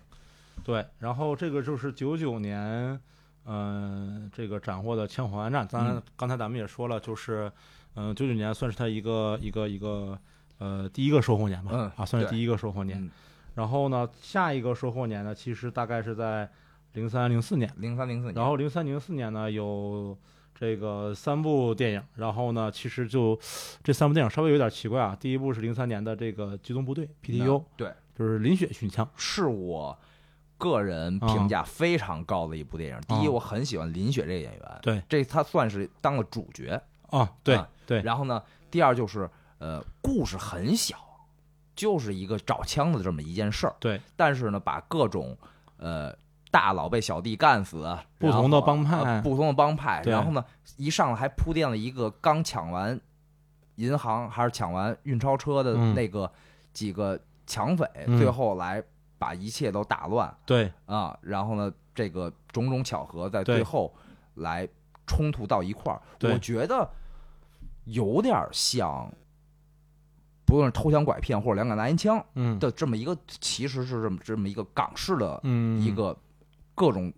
[SPEAKER 2] 对。然后这个就是九九年，呃，这个斩获的《枪火暗战》，当然
[SPEAKER 1] 嗯
[SPEAKER 2] 刚才咱们也说了，就是，嗯、呃，九九年算是他一个一个一个呃第一个收获年吧，
[SPEAKER 1] 嗯
[SPEAKER 2] 啊，算是
[SPEAKER 1] 对
[SPEAKER 2] 第一个收获年。
[SPEAKER 1] 嗯
[SPEAKER 2] 然后呢，下一个收获年呢，其实大概是在零三零四年。
[SPEAKER 1] 零三零四年，
[SPEAKER 2] 然后零三零四年呢有这个三部电影，然后呢其实就这三部电影稍微有点奇怪啊。第一部是零三年的这个《机动部队》PTU，
[SPEAKER 1] 那对，
[SPEAKER 2] 就是林雪寻枪，
[SPEAKER 1] 是我个人
[SPEAKER 2] 啊
[SPEAKER 1] 评价非常高的一部电影。第一，我很喜欢林雪这个演员，
[SPEAKER 2] 对，
[SPEAKER 1] 这他算是当了主角。
[SPEAKER 2] 啊，对
[SPEAKER 1] 啊
[SPEAKER 2] 对，
[SPEAKER 1] 然后呢，第二就是呃，故事很小，就是一个找枪的这么一件事儿。
[SPEAKER 2] 对，
[SPEAKER 1] 但是呢，把各种呃大佬被小弟干死，啊
[SPEAKER 2] 不
[SPEAKER 1] 然
[SPEAKER 2] 同的
[SPEAKER 1] 后
[SPEAKER 2] 帮派
[SPEAKER 1] 呃不同的帮派，
[SPEAKER 2] 对
[SPEAKER 1] 然后呢，一上来还铺垫了一个刚抢完银行还是抢完运钞车的
[SPEAKER 2] 嗯
[SPEAKER 1] 那个几个抢匪，
[SPEAKER 2] 嗯
[SPEAKER 1] 最后来把一切都打乱
[SPEAKER 2] 对
[SPEAKER 1] 啊，然后呢，这个种种巧合在
[SPEAKER 2] 对
[SPEAKER 1] 最后来冲突到一块儿，
[SPEAKER 2] 对
[SPEAKER 1] 我觉得有点像。不论是偷抢拐骗或者两杆拿烟枪，
[SPEAKER 2] 嗯
[SPEAKER 1] 的这么一个，其实是这么这么一个港式的
[SPEAKER 2] 嗯
[SPEAKER 1] 一个各种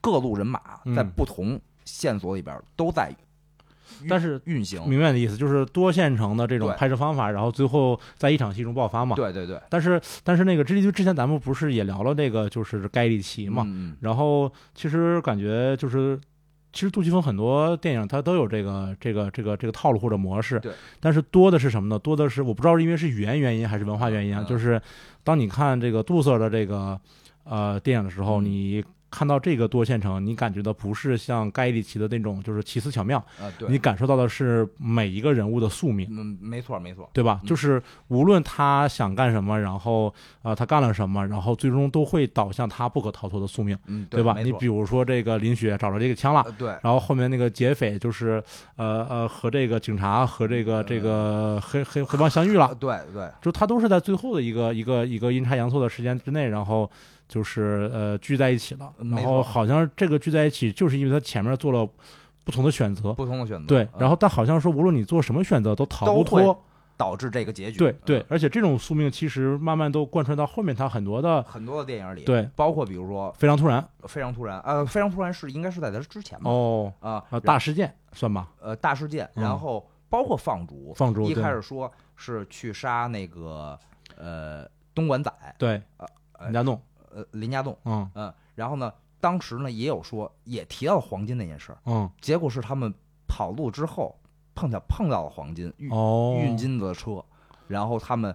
[SPEAKER 1] 各路人马
[SPEAKER 2] 嗯
[SPEAKER 1] 在不同线索里边都在
[SPEAKER 2] 但是
[SPEAKER 1] 运行。
[SPEAKER 2] 明白你的意思，就是多线程的这种
[SPEAKER 1] 对
[SPEAKER 2] 拍摄方法，然后最后在一场戏中爆发嘛。
[SPEAKER 1] 对对对，
[SPEAKER 2] 但是但是那个之就之前咱们不是也聊了那个就是盖里奇嘛，
[SPEAKER 1] 嗯，
[SPEAKER 2] 然后其实感觉就是。其实杜琪峰很多电影它都有这个这个这个这个套路或者模式，
[SPEAKER 1] 对。
[SPEAKER 2] 但是多的是什么呢？多的是我不知道是因为是语言原因还是文化原因啊。
[SPEAKER 1] 嗯
[SPEAKER 2] 就是当你看这个杜 Sir 的这个呃电影的时候，
[SPEAKER 1] 嗯
[SPEAKER 2] 你看到这个多线程，你感觉到不是像盖里奇的那种就是奇思巧妙，
[SPEAKER 1] 嗯啊，
[SPEAKER 2] 你
[SPEAKER 1] 对，
[SPEAKER 2] 感受到的是每一个人物的宿命。
[SPEAKER 1] 嗯，没错没错，
[SPEAKER 2] 对吧？
[SPEAKER 1] 嗯
[SPEAKER 2] 就是无论他想干什么，然后啊、呃他干了什么，然后最终都会导向他不可逃脱的宿命，
[SPEAKER 1] 嗯，
[SPEAKER 2] 对吧？
[SPEAKER 1] 没
[SPEAKER 2] 你
[SPEAKER 1] 错
[SPEAKER 2] 比，如说这个林雪找着这个枪了
[SPEAKER 1] 呃，对，
[SPEAKER 2] 然后后面那个劫匪就是呃呃和这个警察和这个这个
[SPEAKER 1] 呃
[SPEAKER 2] 黑黑黑帮相遇
[SPEAKER 1] 啊
[SPEAKER 2] 了，
[SPEAKER 1] 对对，
[SPEAKER 2] 就他都是在最后的一个一个一个阴差阳错的时间之内，然后就是呃聚在一起了，
[SPEAKER 1] 嗯没
[SPEAKER 2] 然
[SPEAKER 1] 错
[SPEAKER 2] 后好像这个聚在一起就是因为他前面做了不同的选择。
[SPEAKER 1] 不同的选择，
[SPEAKER 2] 对，
[SPEAKER 1] 嗯
[SPEAKER 2] 然后但好像说，无论你做什么选择，都逃
[SPEAKER 1] 都
[SPEAKER 2] 不
[SPEAKER 1] 会
[SPEAKER 2] 脱
[SPEAKER 1] 导致这个结局，
[SPEAKER 2] 对对
[SPEAKER 1] 嗯，，
[SPEAKER 2] 而且这种宿命其实慢慢都贯穿到后面，他很多的
[SPEAKER 1] 呃很多的电影里，，
[SPEAKER 2] 对
[SPEAKER 1] 包括比如说
[SPEAKER 2] 非常突然
[SPEAKER 1] 《非常突然》，呃，《非常突然》是应该是在他之前吧，
[SPEAKER 2] 哦
[SPEAKER 1] 啊
[SPEAKER 2] 啊大事件算吧，
[SPEAKER 1] 呃大事件，
[SPEAKER 2] 嗯
[SPEAKER 1] 然后包括放逐，
[SPEAKER 2] 放逐
[SPEAKER 1] 一
[SPEAKER 2] 对
[SPEAKER 1] 开始说是去杀那个呃东莞仔
[SPEAKER 2] 对
[SPEAKER 1] 呃，呃
[SPEAKER 2] 林家栋，
[SPEAKER 1] 呃林家栋，
[SPEAKER 2] 嗯
[SPEAKER 1] 嗯、然后呢，当时呢也有说也提到了黄金那件事儿，
[SPEAKER 2] 嗯
[SPEAKER 1] 结果是他们跑路之后碰巧碰到了黄金运、
[SPEAKER 2] 哦
[SPEAKER 1] 运金子的车，然后他们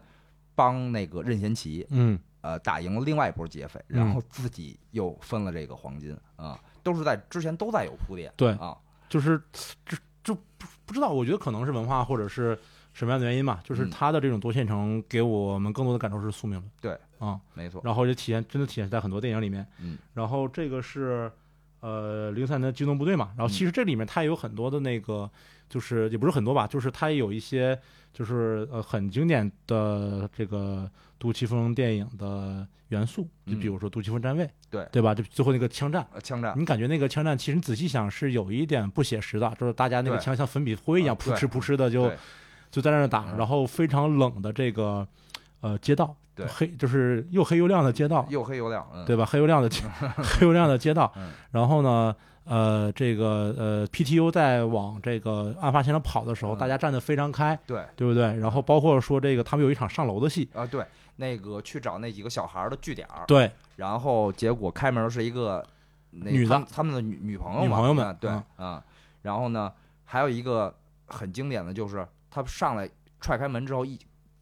[SPEAKER 1] 帮那个任贤齐
[SPEAKER 2] 嗯
[SPEAKER 1] 呃打赢了另外一波劫匪，
[SPEAKER 2] 嗯
[SPEAKER 1] 然后自己又分了这个黄金啊、都是在之前都在有铺垫，
[SPEAKER 2] 对
[SPEAKER 1] 啊，
[SPEAKER 2] 就是这就不不知道，我觉得可能是文化或者是什么样的原因吧，就是
[SPEAKER 1] 嗯
[SPEAKER 2] 他的这种多线程给我们更多的感受是宿命论，
[SPEAKER 1] 对
[SPEAKER 2] 啊，
[SPEAKER 1] 没错，
[SPEAKER 2] 然后也体现真的体现在很多电影里面，
[SPEAKER 1] 嗯，
[SPEAKER 2] 然后这个是呃零三年的机动部队嘛，然后其实这里面它也有很多的那个，就是也不是很多吧，就是它也有一些就是呃很经典的这个杜琪峰电影的元素，就比如说杜琪峰站位，
[SPEAKER 1] 嗯对
[SPEAKER 2] 对吧？就最后那个枪战。
[SPEAKER 1] 呃枪战。
[SPEAKER 2] 你感觉那个枪战，其实你仔细想是有一点不写实的，就是大家那个
[SPEAKER 1] 对
[SPEAKER 2] 枪像粉笔灰一
[SPEAKER 1] 啊
[SPEAKER 2] 样，扑
[SPEAKER 1] 对
[SPEAKER 2] 哧扑哧的就
[SPEAKER 1] 对
[SPEAKER 2] 就在那儿打，
[SPEAKER 1] 嗯
[SPEAKER 2] 然后非常冷的这个呃街道，
[SPEAKER 1] 对
[SPEAKER 2] 黑就是又黑又亮的街道，
[SPEAKER 1] 又黑又亮，嗯，
[SPEAKER 2] 对吧？黑油亮 的街黑油亮的街道
[SPEAKER 1] 嗯，
[SPEAKER 2] 然后呢，呃，这个呃 PTU 在往这个案发现场跑的时候，
[SPEAKER 1] 嗯
[SPEAKER 2] 大家站得非常开，
[SPEAKER 1] 对
[SPEAKER 2] 对不对？然后包括说这个他们有一场上楼的戏，
[SPEAKER 1] 啊，对，那个去找那几个小孩儿的据点儿，
[SPEAKER 2] 对，
[SPEAKER 1] 然后结果开门是一个那
[SPEAKER 2] 女的
[SPEAKER 1] 他们他们的女女朋友嘛
[SPEAKER 2] 女朋友们
[SPEAKER 1] 啊对
[SPEAKER 2] 嗯
[SPEAKER 1] 啊，然后呢，还有一个很经典的就是他上来踹开门之后，一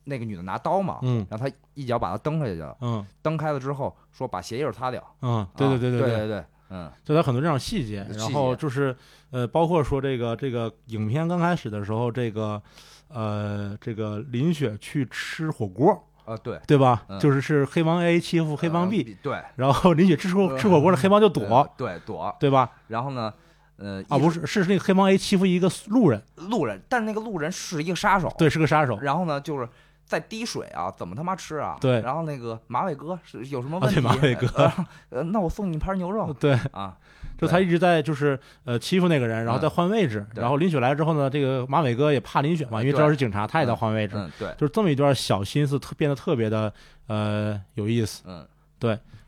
[SPEAKER 1] 那个女的拿刀嘛，
[SPEAKER 2] 嗯
[SPEAKER 1] 然后他一脚把她蹬下去了，
[SPEAKER 2] 嗯
[SPEAKER 1] 蹬开了之后说把鞋印儿擦掉，
[SPEAKER 2] 嗯，对
[SPEAKER 1] 啊
[SPEAKER 2] 对
[SPEAKER 1] 对
[SPEAKER 2] 对对，
[SPEAKER 1] 对对，嗯，
[SPEAKER 2] 就它很多这种细节，
[SPEAKER 1] 细节
[SPEAKER 2] 然后就是呃，包括说这个这个影片刚开始的时候，这个呃这个林雪去吃火锅，
[SPEAKER 1] 啊对，
[SPEAKER 2] 对吧？
[SPEAKER 1] 嗯
[SPEAKER 2] 就是是黑帮 A 欺负黑帮
[SPEAKER 1] 呃
[SPEAKER 2] B，
[SPEAKER 1] 对
[SPEAKER 2] 然后林雪吃火吃火锅了，黑帮就躲，
[SPEAKER 1] 呃嗯对躲，
[SPEAKER 2] 对吧？
[SPEAKER 1] 然后呢，呃
[SPEAKER 2] 啊，
[SPEAKER 1] 一
[SPEAKER 2] 不是，是那个黑帮 A 欺负一个路人，
[SPEAKER 1] 路人，但那个路人是一个杀手，
[SPEAKER 2] 对，是个杀手。
[SPEAKER 1] 然后呢，就是在滴水啊，怎么他妈吃啊？
[SPEAKER 2] 对
[SPEAKER 1] 然后那个马伟哥是有什么
[SPEAKER 2] 啊
[SPEAKER 1] 问题？
[SPEAKER 2] 对马伟哥
[SPEAKER 1] 呃， 呃那我送你一盘牛肉
[SPEAKER 2] 对，
[SPEAKER 1] 啊。
[SPEAKER 2] 就他一直在就是呃欺负那个人，然后再换位置。
[SPEAKER 1] 嗯对哎
[SPEAKER 2] 然后林雪来之后呢，这个马伟哥也怕林雪嘛，因为知道是警察，他也在换位置。
[SPEAKER 1] 嗯，对，
[SPEAKER 2] 就是这么一段小心思，特变得特别的呃有意思。
[SPEAKER 1] 嗯，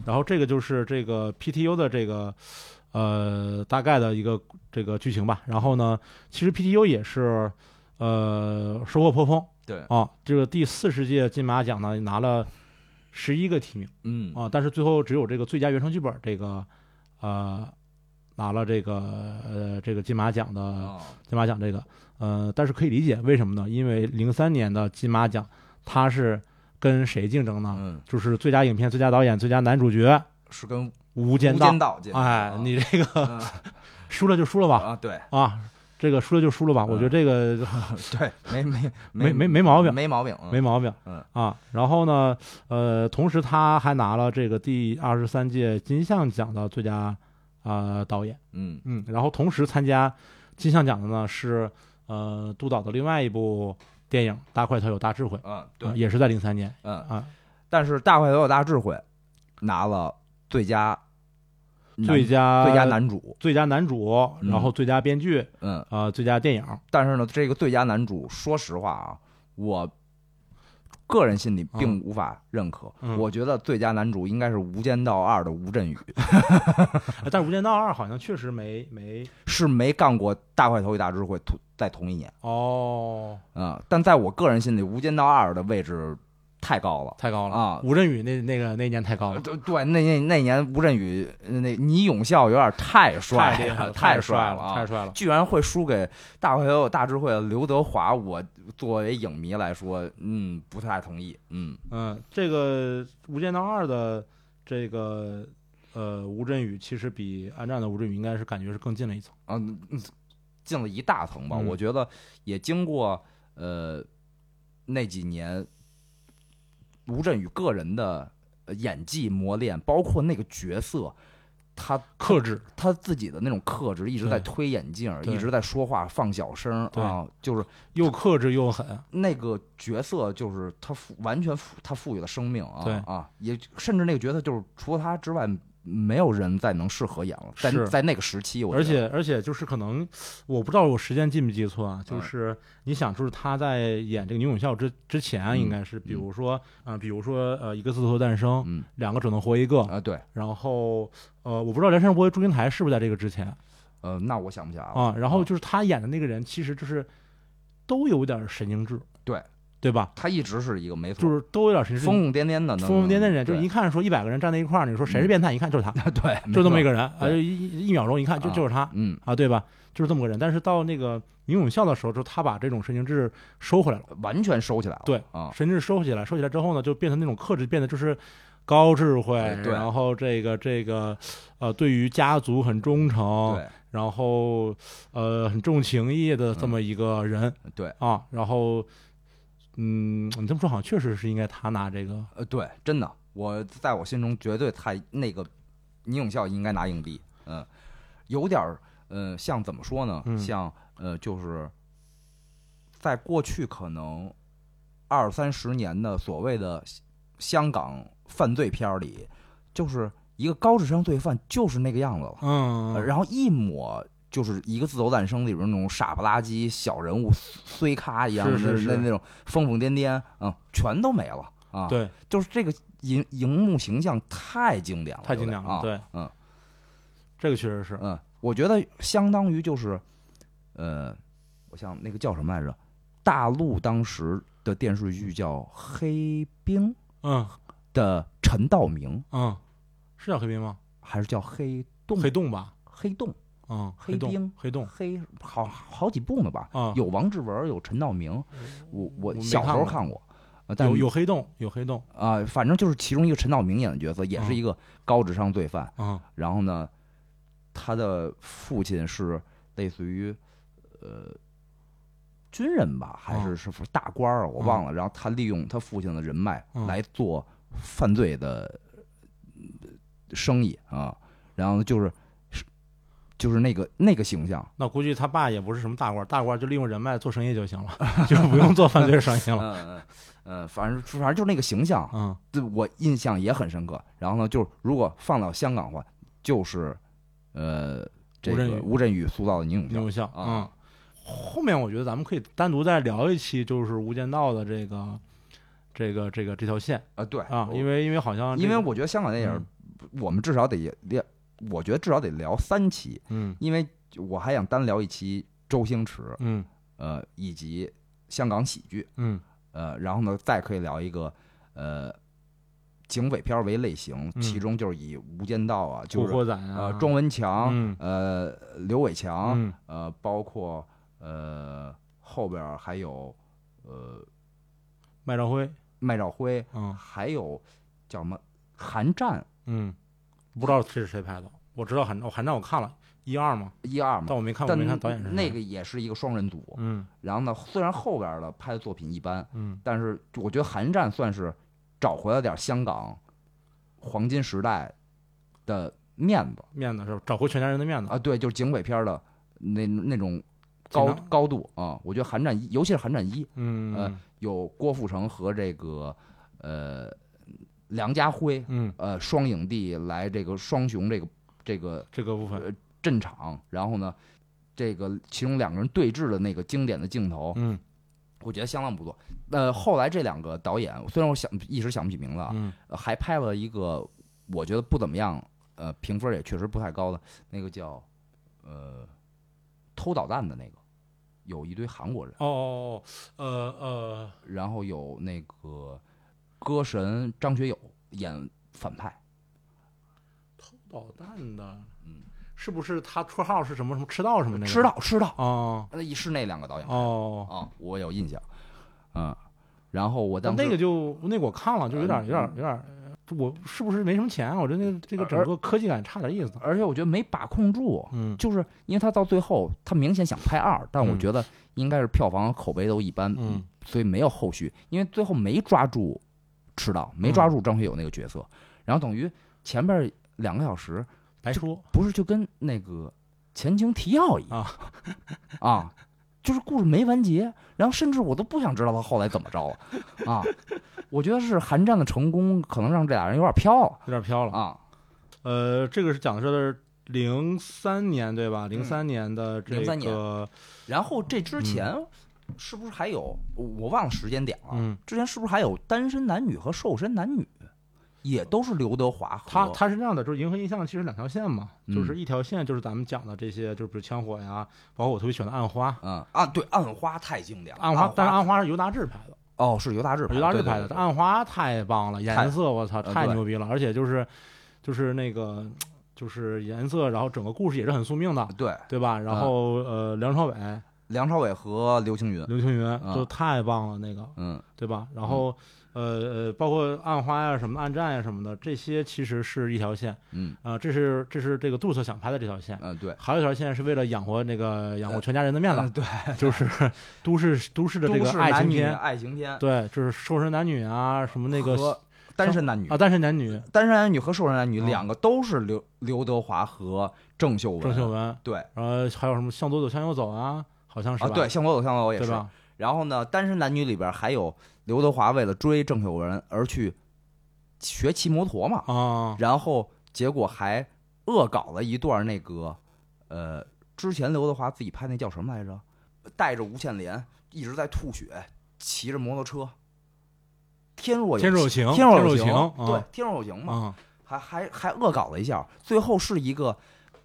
[SPEAKER 2] 然后这个就是这个 PTU 的这个呃大概的一个这个剧情吧。然后呢，其实 PTU 也是呃收获颇丰
[SPEAKER 1] 对，
[SPEAKER 2] 啊，这个第四十届金马奖呢拿了十一个提名
[SPEAKER 1] 嗯
[SPEAKER 2] 啊，但是最后只有这个最佳原创剧本这个呃拿了这个呃这个金马奖的
[SPEAKER 1] 哦
[SPEAKER 2] 金马奖这个呃，但是可以理解为什么呢？因为零三年的金马奖它是跟谁竞争呢？
[SPEAKER 1] 嗯，
[SPEAKER 2] 就是最佳影片、最佳导演、最佳男主角《
[SPEAKER 1] 是跟《
[SPEAKER 2] 无
[SPEAKER 1] 无
[SPEAKER 2] 间道》
[SPEAKER 1] 间道》进
[SPEAKER 2] 哎，你这个
[SPEAKER 1] 嗯
[SPEAKER 2] 输了就输了吧
[SPEAKER 1] 啊，对
[SPEAKER 2] 啊，这个输了就输了吧，
[SPEAKER 1] 嗯
[SPEAKER 2] 我觉得这个
[SPEAKER 1] 对，没没
[SPEAKER 2] 没
[SPEAKER 1] 没
[SPEAKER 2] 没没毛病
[SPEAKER 1] 没毛病，嗯
[SPEAKER 2] 没毛病。
[SPEAKER 1] 嗯
[SPEAKER 2] 啊，然后呢，呃，同时他还拿了这个第二十三届金像奖的最佳啊、呃导演。
[SPEAKER 1] 嗯
[SPEAKER 2] 嗯，然后同时参加金像奖的呢是呃杜导的另外一部电影《大块头有大智慧》，
[SPEAKER 1] 啊
[SPEAKER 2] 啊
[SPEAKER 1] 对
[SPEAKER 2] 也是在零三年
[SPEAKER 1] 嗯
[SPEAKER 2] 啊，
[SPEAKER 1] 但是《大块头有大智慧》拿了最佳男
[SPEAKER 2] 最佳
[SPEAKER 1] 最佳男主，
[SPEAKER 2] 最佳男主，
[SPEAKER 1] 嗯
[SPEAKER 2] 然后最佳编剧，
[SPEAKER 1] 嗯，
[SPEAKER 2] 呃，最佳电影，
[SPEAKER 1] 但是呢，这个最佳男主，说实话啊，我个人心里并无法认可。
[SPEAKER 2] 嗯
[SPEAKER 1] 我觉得最佳男主应该是《无间道二》的吴镇宇，
[SPEAKER 2] 呃但是《无间道二》好像确实没没
[SPEAKER 1] 是没干过《大块头与大智慧》同在同一年
[SPEAKER 2] 哦，
[SPEAKER 1] 啊、但在我个人心里，《无间道二》的位置太高了。
[SPEAKER 2] 太高了
[SPEAKER 1] 啊
[SPEAKER 2] 吴镇宇那那个那年太高
[SPEAKER 1] 呃
[SPEAKER 2] 了，
[SPEAKER 1] 对对，那那那年吴镇宇，呃那倪永孝有点太
[SPEAKER 2] 太
[SPEAKER 1] 呃帅
[SPEAKER 2] 厉害了，
[SPEAKER 1] 太
[SPEAKER 2] 帅
[SPEAKER 1] 帅啊
[SPEAKER 2] 太！帅了。
[SPEAKER 1] 居然会输给《大会有大智慧》的刘德华，我作为影迷来说，嗯，不太同意。嗯
[SPEAKER 2] 嗯，这个《无间道二》的这个呃吴镇宇，其实比安战的吴镇宇应该是感觉是更近了一层。
[SPEAKER 1] 啊，嗯进了一大层吧。
[SPEAKER 2] 嗯
[SPEAKER 1] 我觉得也经过呃那几年吴镇宇个人的呃演技磨练，包括那个角色，他
[SPEAKER 2] 克制，
[SPEAKER 1] 他自己的那种克制，一直在
[SPEAKER 2] 对
[SPEAKER 1] 推眼镜儿，
[SPEAKER 2] 对
[SPEAKER 1] 一直在说话放小声儿
[SPEAKER 2] 对
[SPEAKER 1] 啊，就是
[SPEAKER 2] 又克制又狠，
[SPEAKER 1] 那个角色就是他赋完全赋他赋予了生命啊
[SPEAKER 2] 对
[SPEAKER 1] 啊，也甚至那个角色就是除了他之外，没有人再能适合演了，在
[SPEAKER 2] 是
[SPEAKER 1] 在那个时期，我
[SPEAKER 2] 而
[SPEAKER 1] 觉得
[SPEAKER 2] 且而且就是可能我不知道我时间记没记
[SPEAKER 1] 嗯
[SPEAKER 2] 错啊，就是你想，就是他在演这个牛永孝之之前，啊
[SPEAKER 1] 嗯
[SPEAKER 2] 应该是比如说啊、呃比如说呃一个字头诞生，
[SPEAKER 1] 嗯
[SPEAKER 2] 两个只能活一个，
[SPEAKER 1] 啊对，
[SPEAKER 2] 然后呃我不知道《人生不为祝英台》是不是在这个之前
[SPEAKER 1] 呃那我想不起来了，
[SPEAKER 2] 啊，然后就是他演的那个人其实就是都有点神经质，
[SPEAKER 1] 对
[SPEAKER 2] 对吧？
[SPEAKER 1] 他一直是一个没错，
[SPEAKER 2] 就是都有点神经质，
[SPEAKER 1] 疯疯癫癫的，能
[SPEAKER 2] 疯疯癫癫的人，就是
[SPEAKER 1] 对
[SPEAKER 2] 一看说一百个人站在一块儿，你说谁是变态？一看就是他，
[SPEAKER 1] 对，
[SPEAKER 2] 就这么
[SPEAKER 1] 没
[SPEAKER 2] 一
[SPEAKER 1] 错，
[SPEAKER 2] 个人啊，
[SPEAKER 1] 对
[SPEAKER 2] 就一一一秒钟一看就
[SPEAKER 1] 啊
[SPEAKER 2] 就是他，
[SPEAKER 1] 嗯，
[SPEAKER 2] 啊，对吧？就是这么个人。但是到那个宁永孝的时候，就他把这种神经质收回来了，
[SPEAKER 1] 完全收起来了，
[SPEAKER 2] 对
[SPEAKER 1] 啊，
[SPEAKER 2] 神经质收起来，收起来之后呢，就变成那种克制，变得就是高智慧，
[SPEAKER 1] 哎对
[SPEAKER 2] 然后这个这个呃，对于家族很忠诚，
[SPEAKER 1] 对
[SPEAKER 2] 然后呃很重情义的这么一个人、
[SPEAKER 1] 对，
[SPEAKER 2] 啊，然后。嗯，你这么说好像确实是应该他拿这个，
[SPEAKER 1] 呃对，真的，我在我心中绝对他那个倪永孝应该拿影帝，嗯，有点儿，呃，像怎么说呢？
[SPEAKER 2] 嗯
[SPEAKER 1] 像呃，就是在过去可能二三十年的所谓的香港犯罪片儿里，就是一个高智商罪犯就是那个样子了，
[SPEAKER 2] 嗯
[SPEAKER 1] 呃然后一抹。就是一个自由诞生里边那种傻不拉几小人物，虽咖一样的
[SPEAKER 2] 是是是
[SPEAKER 1] 那那那种疯疯癫癫，嗯，全都没了啊！
[SPEAKER 2] 对，
[SPEAKER 1] 就是这个荧荧幕形象太经典了，
[SPEAKER 2] 太经典了，
[SPEAKER 1] 有点
[SPEAKER 2] 对，
[SPEAKER 1] 嗯
[SPEAKER 2] 这个确实是
[SPEAKER 1] 啊，，嗯，我觉得相当于就是，呃，我想那个叫什么来着？大陆当时的电视剧叫《黑冰》
[SPEAKER 2] 嗯
[SPEAKER 1] 的陈道明，
[SPEAKER 2] 嗯，是叫黑冰吗？
[SPEAKER 1] 还是叫黑洞？
[SPEAKER 2] 黑洞吧，
[SPEAKER 1] 黑洞，
[SPEAKER 2] 嗯，
[SPEAKER 1] 黑
[SPEAKER 2] 黑洞
[SPEAKER 1] 冰，
[SPEAKER 2] 黑洞，
[SPEAKER 1] 黑好好几部呢吧？
[SPEAKER 2] 啊，
[SPEAKER 1] 有王志文，有陈道明，我
[SPEAKER 2] 嗯我没
[SPEAKER 1] 小时候
[SPEAKER 2] 看过
[SPEAKER 1] 看过，呃但
[SPEAKER 2] 有
[SPEAKER 1] 是
[SPEAKER 2] 有黑洞，有黑洞
[SPEAKER 1] 啊、反正就是其中一个陈道明演的角色，也
[SPEAKER 2] 嗯
[SPEAKER 1] 是一个高智商罪犯。
[SPEAKER 2] 啊，
[SPEAKER 1] 然后呢，他的父亲是类似于呃军人吧，还是
[SPEAKER 2] 嗯
[SPEAKER 1] 是不是大官儿啊，我忘了。然后他利用他父亲的人脉
[SPEAKER 2] 嗯
[SPEAKER 1] 来做犯罪的呃生意啊，然后就是是就是那个那个形象，
[SPEAKER 2] 那估计他爸也不是什么大官，大官就利用人脉做生意就行了， 就不用做犯罪生意
[SPEAKER 1] 嗯
[SPEAKER 2] 了。
[SPEAKER 1] 嗯嗯，反正反正就是那个形象，
[SPEAKER 2] 嗯，
[SPEAKER 1] 对我印象也很深刻。然后呢，就是如果放到香港的话，就是呃。这
[SPEAKER 2] 吴镇
[SPEAKER 1] 个
[SPEAKER 2] 宇
[SPEAKER 1] 吴镇宇塑造的宁
[SPEAKER 2] 牛
[SPEAKER 1] 永
[SPEAKER 2] 有
[SPEAKER 1] 孝，
[SPEAKER 2] 效。嗯
[SPEAKER 1] 啊，
[SPEAKER 2] 后面我觉得咱们可以单独再聊一期，就是《无间道》的这个这个这个这条线
[SPEAKER 1] 啊，对
[SPEAKER 2] 啊，
[SPEAKER 1] 我
[SPEAKER 2] 因为因为好像这
[SPEAKER 1] 因
[SPEAKER 2] 个嗯
[SPEAKER 1] 为我觉得香港电影儿，我们至少得聊，我觉得至少得聊三期，
[SPEAKER 2] 嗯
[SPEAKER 1] 因为我还想单聊一期周星驰，
[SPEAKER 2] 嗯
[SPEAKER 1] 呃，以及香港喜剧，
[SPEAKER 2] 嗯
[SPEAKER 1] 呃，然后呢，再可以聊一个，呃，警匪片为类型，
[SPEAKER 2] 嗯
[SPEAKER 1] 其中就是以《无间道》啊，
[SPEAKER 2] 古
[SPEAKER 1] 就是
[SPEAKER 2] 惑仔啊
[SPEAKER 1] 呃，庄文强、
[SPEAKER 2] 嗯
[SPEAKER 1] 呃刘伟强、
[SPEAKER 2] 嗯
[SPEAKER 1] 呃，包括呃后边儿还有呃
[SPEAKER 2] 麦兆辉，
[SPEAKER 1] 麦兆辉，
[SPEAKER 2] 嗯
[SPEAKER 1] 还有叫什么韩战
[SPEAKER 2] 嗯，不知道这是谁拍的，我知道韩我韩战我看了一二嘛，
[SPEAKER 1] 一二嘛
[SPEAKER 2] 但，我没看，我
[SPEAKER 1] 嗯但
[SPEAKER 2] 没看导演是谁
[SPEAKER 1] 那个，也是一个双人组。
[SPEAKER 2] 嗯
[SPEAKER 1] 然后呢，虽然后边儿的拍的作品一般，
[SPEAKER 2] 嗯
[SPEAKER 1] 但是我觉得韩战算是找回了点香港黄金时代的面子
[SPEAKER 2] 面子是吧？找回全家人的面子，
[SPEAKER 1] 啊，对，就是警匪片的那那种高
[SPEAKER 2] 尽量
[SPEAKER 1] 高度啊。我觉得韩战一，尤其是韩战一，
[SPEAKER 2] 嗯
[SPEAKER 1] 呃有郭富城和这个呃梁家辉
[SPEAKER 2] 嗯，
[SPEAKER 1] 呃双影帝来这个双雄这个这个
[SPEAKER 2] 这个部分，
[SPEAKER 1] 呃阵场，然后呢，这个其中两个人对峙的那个经典的镜头，
[SPEAKER 2] 嗯
[SPEAKER 1] 我觉得相当不错。呃，后来这两个导演，虽然我想一时想不起名字啊，
[SPEAKER 2] 嗯
[SPEAKER 1] 呃还拍了一个我觉得不怎么样，呃，评分也确实不太高的那个叫呃偷导弹的那个，有一堆韩国人，
[SPEAKER 2] 哦哦哦，呃
[SPEAKER 1] 然后有那个歌神张学友演反派，
[SPEAKER 2] 呃，导弹的，是不是他绰号是什么什么吃道什么那个？
[SPEAKER 1] 吃到吃到，
[SPEAKER 2] 哦
[SPEAKER 1] 那是那两个导演
[SPEAKER 2] 哦，
[SPEAKER 1] 啊，我有印象，嗯，然后我
[SPEAKER 2] 但
[SPEAKER 1] 当时
[SPEAKER 2] 哦那个就那个我看了，就有点有点有点，我是不是没什么钱啊？我觉得那个这个整个科技感差点意思。
[SPEAKER 1] 而且我觉得没把控住，
[SPEAKER 2] 嗯
[SPEAKER 1] 就是因为他到最后，他明显想拍二，但我
[SPEAKER 2] 嗯
[SPEAKER 1] 觉得应该是票房口碑都一般，
[SPEAKER 2] 嗯，
[SPEAKER 1] 所以没有后续，因为最后没抓住迟到，
[SPEAKER 2] 嗯
[SPEAKER 1] 没抓住张学友那个角色，然后等于前边两个小时
[SPEAKER 2] 白说，
[SPEAKER 1] 不是就跟那个前情提要一样
[SPEAKER 2] 啊
[SPEAKER 1] 啊就是故事没完结，然后甚至我都不想知道他后来怎么着了啊，我觉得是韩战的成功可能让这俩人有点飘了
[SPEAKER 2] 有点飘了。
[SPEAKER 1] 啊，
[SPEAKER 2] 呃，这个是讲的是零三年对吧？零三年的这
[SPEAKER 1] 03
[SPEAKER 2] 个，
[SPEAKER 1] 然后这
[SPEAKER 2] 嗯
[SPEAKER 1] 之前是不是还有我我忘了时间点了？
[SPEAKER 2] 嗯，
[SPEAKER 1] 之前是不是还有单身男女和瘦身男女，也都是刘德华和
[SPEAKER 2] 它它是这样的，就是银河印象其实两条线嘛，
[SPEAKER 1] 嗯
[SPEAKER 2] 就是一条线就是咱们讲的这些，就是比如枪火呀，包括我特别喜欢的暗花，
[SPEAKER 1] 嗯啊对，暗花太经典了，
[SPEAKER 2] 暗花，但是暗花是尤达志拍的，
[SPEAKER 1] 哦是尤大志拍的，
[SPEAKER 2] 尤达志
[SPEAKER 1] 对对
[SPEAKER 2] 拍的，
[SPEAKER 1] 对
[SPEAKER 2] 但暗花太棒了，
[SPEAKER 1] 太
[SPEAKER 2] 颜色我操
[SPEAKER 1] 呃
[SPEAKER 2] 太
[SPEAKER 1] 对
[SPEAKER 2] 牛逼了，而且就是就是那个就是颜色，然后整个故事也是很宿命的，
[SPEAKER 1] 对
[SPEAKER 2] 对吧？然后呃，梁朝伟、
[SPEAKER 1] 梁朝伟和刘青云，
[SPEAKER 2] 刘青云
[SPEAKER 1] 啊
[SPEAKER 2] 就太棒了，那个
[SPEAKER 1] 嗯
[SPEAKER 2] 对吧？然后、呃呃，包括暗花呀、什么的暗战呀、什么的，这些其实是一条线
[SPEAKER 1] 嗯
[SPEAKER 2] 啊、呃这是这是这个杜特想拍的这条线。
[SPEAKER 1] 嗯 对，
[SPEAKER 2] 还有一条线是为了养活那个养活全家人的面子，
[SPEAKER 1] 嗯对，
[SPEAKER 2] 就是 都市都市的这
[SPEAKER 1] 都
[SPEAKER 2] 个
[SPEAKER 1] 市
[SPEAKER 2] 爱
[SPEAKER 1] 男
[SPEAKER 2] 情
[SPEAKER 1] 女
[SPEAKER 2] 片，
[SPEAKER 1] 爱情片，
[SPEAKER 2] 对，就是瘦身男女啊，什么那个
[SPEAKER 1] 和单身男女
[SPEAKER 2] 啊，单身男女，
[SPEAKER 1] 单身男女和瘦身男女
[SPEAKER 2] 啊
[SPEAKER 1] 两个都是刘刘德华和郑秀文，啊
[SPEAKER 2] 郑秀文，
[SPEAKER 1] 对
[SPEAKER 2] 然后还有什么向左走向右走啊，好像是
[SPEAKER 1] 啊
[SPEAKER 2] 吧？
[SPEAKER 1] 对，向左走向左也
[SPEAKER 2] 对
[SPEAKER 1] 是，
[SPEAKER 2] 吧？
[SPEAKER 1] 然后呢，单身男女里边还有刘德华为了追郑秀文而去学骑摩托嘛，
[SPEAKER 2] 啊，
[SPEAKER 1] 然后结果还恶搞了一段那个，呃，之前刘德华自己拍那叫什么来着？带着无线连一直在吐血，骑着摩托车，天若有
[SPEAKER 2] 天若有情，
[SPEAKER 1] 天若有
[SPEAKER 2] 情，
[SPEAKER 1] 对
[SPEAKER 2] 啊，
[SPEAKER 1] 天若有情嘛，
[SPEAKER 2] 啊，
[SPEAKER 1] 还还还恶搞了一下，最后是一个。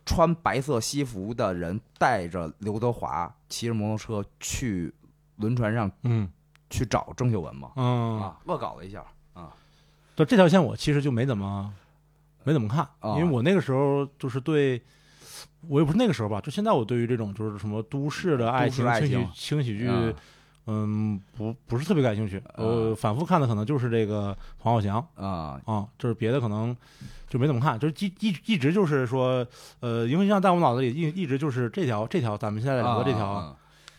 [SPEAKER 1] 穿白色西服的人带着刘德华骑着摩托车去轮船上
[SPEAKER 2] 嗯
[SPEAKER 1] 去找郑秀文嘛，
[SPEAKER 2] 嗯，
[SPEAKER 1] 啊，恶搞了一下，
[SPEAKER 2] 对这条线我其实就没怎么没怎么看，
[SPEAKER 1] 啊
[SPEAKER 2] 因为我那个时候就是对，我也不是那个时候吧，就现在我对于这种就是什么都市的爱情、
[SPEAKER 1] 都市爱
[SPEAKER 2] 轻
[SPEAKER 1] 情
[SPEAKER 2] 喜轻喜剧，
[SPEAKER 1] 嗯
[SPEAKER 2] 嗯，不不是特别感兴趣。
[SPEAKER 1] 嗯
[SPEAKER 2] 我反复看的可能就是这个黄浩翔
[SPEAKER 1] 啊，
[SPEAKER 2] 啊，就是别的可能就没怎么看，就是一一一直就是说，呃，因为像在我脑子里一一直就是这条这条咱们现在聊的这条、
[SPEAKER 1] 啊啊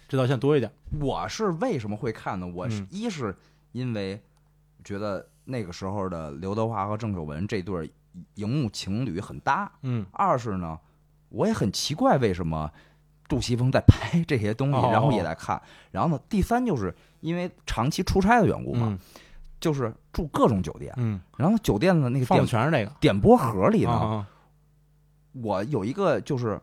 [SPEAKER 2] 这条线多一点，
[SPEAKER 1] 我是为什么会看呢？我是
[SPEAKER 2] 嗯
[SPEAKER 1] 一是因为觉得那个时候的刘德华和郑秀文这对儿荧幕情侣很搭，
[SPEAKER 2] 嗯，
[SPEAKER 1] 二是呢，我也很奇怪为什么杜琪峰在拍这些东西，
[SPEAKER 2] 哦
[SPEAKER 1] 然后也在看，然后呢，第三就是因为长期出差的缘故嘛，
[SPEAKER 2] 嗯
[SPEAKER 1] 就是住各种酒店，
[SPEAKER 2] 嗯，
[SPEAKER 1] 然后酒店的那个
[SPEAKER 2] 放的
[SPEAKER 1] 点
[SPEAKER 2] 全是这个
[SPEAKER 1] 点播盒里呢，
[SPEAKER 2] 啊啊，
[SPEAKER 1] 我有一个就是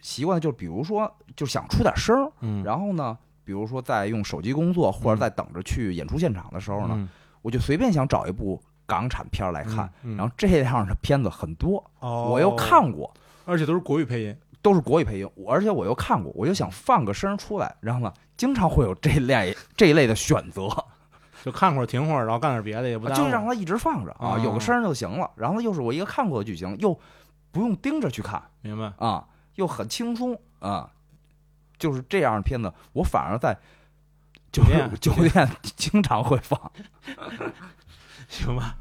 [SPEAKER 1] 习惯，就是比如说就想出点声儿，
[SPEAKER 2] 嗯，
[SPEAKER 1] 然后呢，比如说在用手机工作或者
[SPEAKER 2] 嗯
[SPEAKER 1] 在等着去演出现场的时候呢，
[SPEAKER 2] 嗯
[SPEAKER 1] 我就随便想找一部港产片儿来看。，
[SPEAKER 2] 嗯
[SPEAKER 1] 然后这样的片子很多，
[SPEAKER 2] 哦，
[SPEAKER 1] 我又看过，
[SPEAKER 2] 而且都是国语配音。
[SPEAKER 1] 都是国语配音，我而且我又看过，我就想放个声儿出来。然后呢，经常会有这类这一类的选择，
[SPEAKER 2] 就看会儿停会儿，然后干点别的也不
[SPEAKER 1] 啊
[SPEAKER 2] 耽误。
[SPEAKER 1] 就让他一直放着啊，
[SPEAKER 2] 啊
[SPEAKER 1] 有个声儿就行了。然后又是我一个看过的剧情，又不用盯着去看
[SPEAKER 2] 明白，
[SPEAKER 1] 啊，又很轻松啊，就是这样的片子，我反而在酒
[SPEAKER 2] 店
[SPEAKER 1] 酒店经常会放。
[SPEAKER 2] 行吧。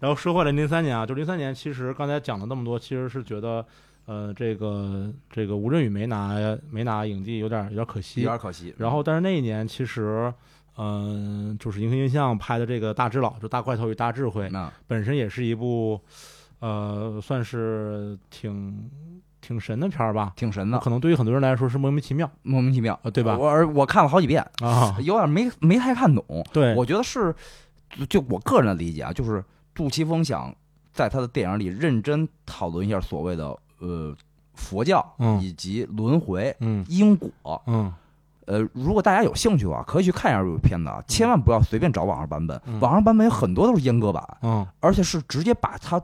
[SPEAKER 2] 然后说回来，零三年啊，就零三年，其实刚才讲了那么多，其实是觉得，呃，这个这个吴镇宇没拿没拿影帝，有点有点可惜，
[SPEAKER 1] 有点可惜。
[SPEAKER 2] 然后，但是那一年其实，嗯、就是银河映像拍的这个《大智老》，就《大块头与大智慧》，
[SPEAKER 1] 那
[SPEAKER 2] 本身也是一部，呃，算是挺挺神的片儿吧。
[SPEAKER 1] 挺神
[SPEAKER 2] 那
[SPEAKER 1] 的，
[SPEAKER 2] 可能对于很多人来说是莫名其妙
[SPEAKER 1] 莫名其妙，
[SPEAKER 2] 啊对吧
[SPEAKER 1] 我而我看了好几遍，
[SPEAKER 2] 啊。
[SPEAKER 1] 有点没没太看懂。
[SPEAKER 2] 对，
[SPEAKER 1] 我觉得是，就就我个人的理解啊，就是杜琪峰想在他的电影里认真讨论一下所谓的呃佛教
[SPEAKER 2] 嗯
[SPEAKER 1] 以及轮回、
[SPEAKER 2] 嗯
[SPEAKER 1] 因果。
[SPEAKER 2] 嗯，
[SPEAKER 1] 呃，如果大家有兴趣啊，可以去看一下这部片子啊，千万不要随便找网上版本，
[SPEAKER 2] 嗯
[SPEAKER 1] 网上版本有很多都是阉割版，
[SPEAKER 2] 嗯，
[SPEAKER 1] 而且是直接把它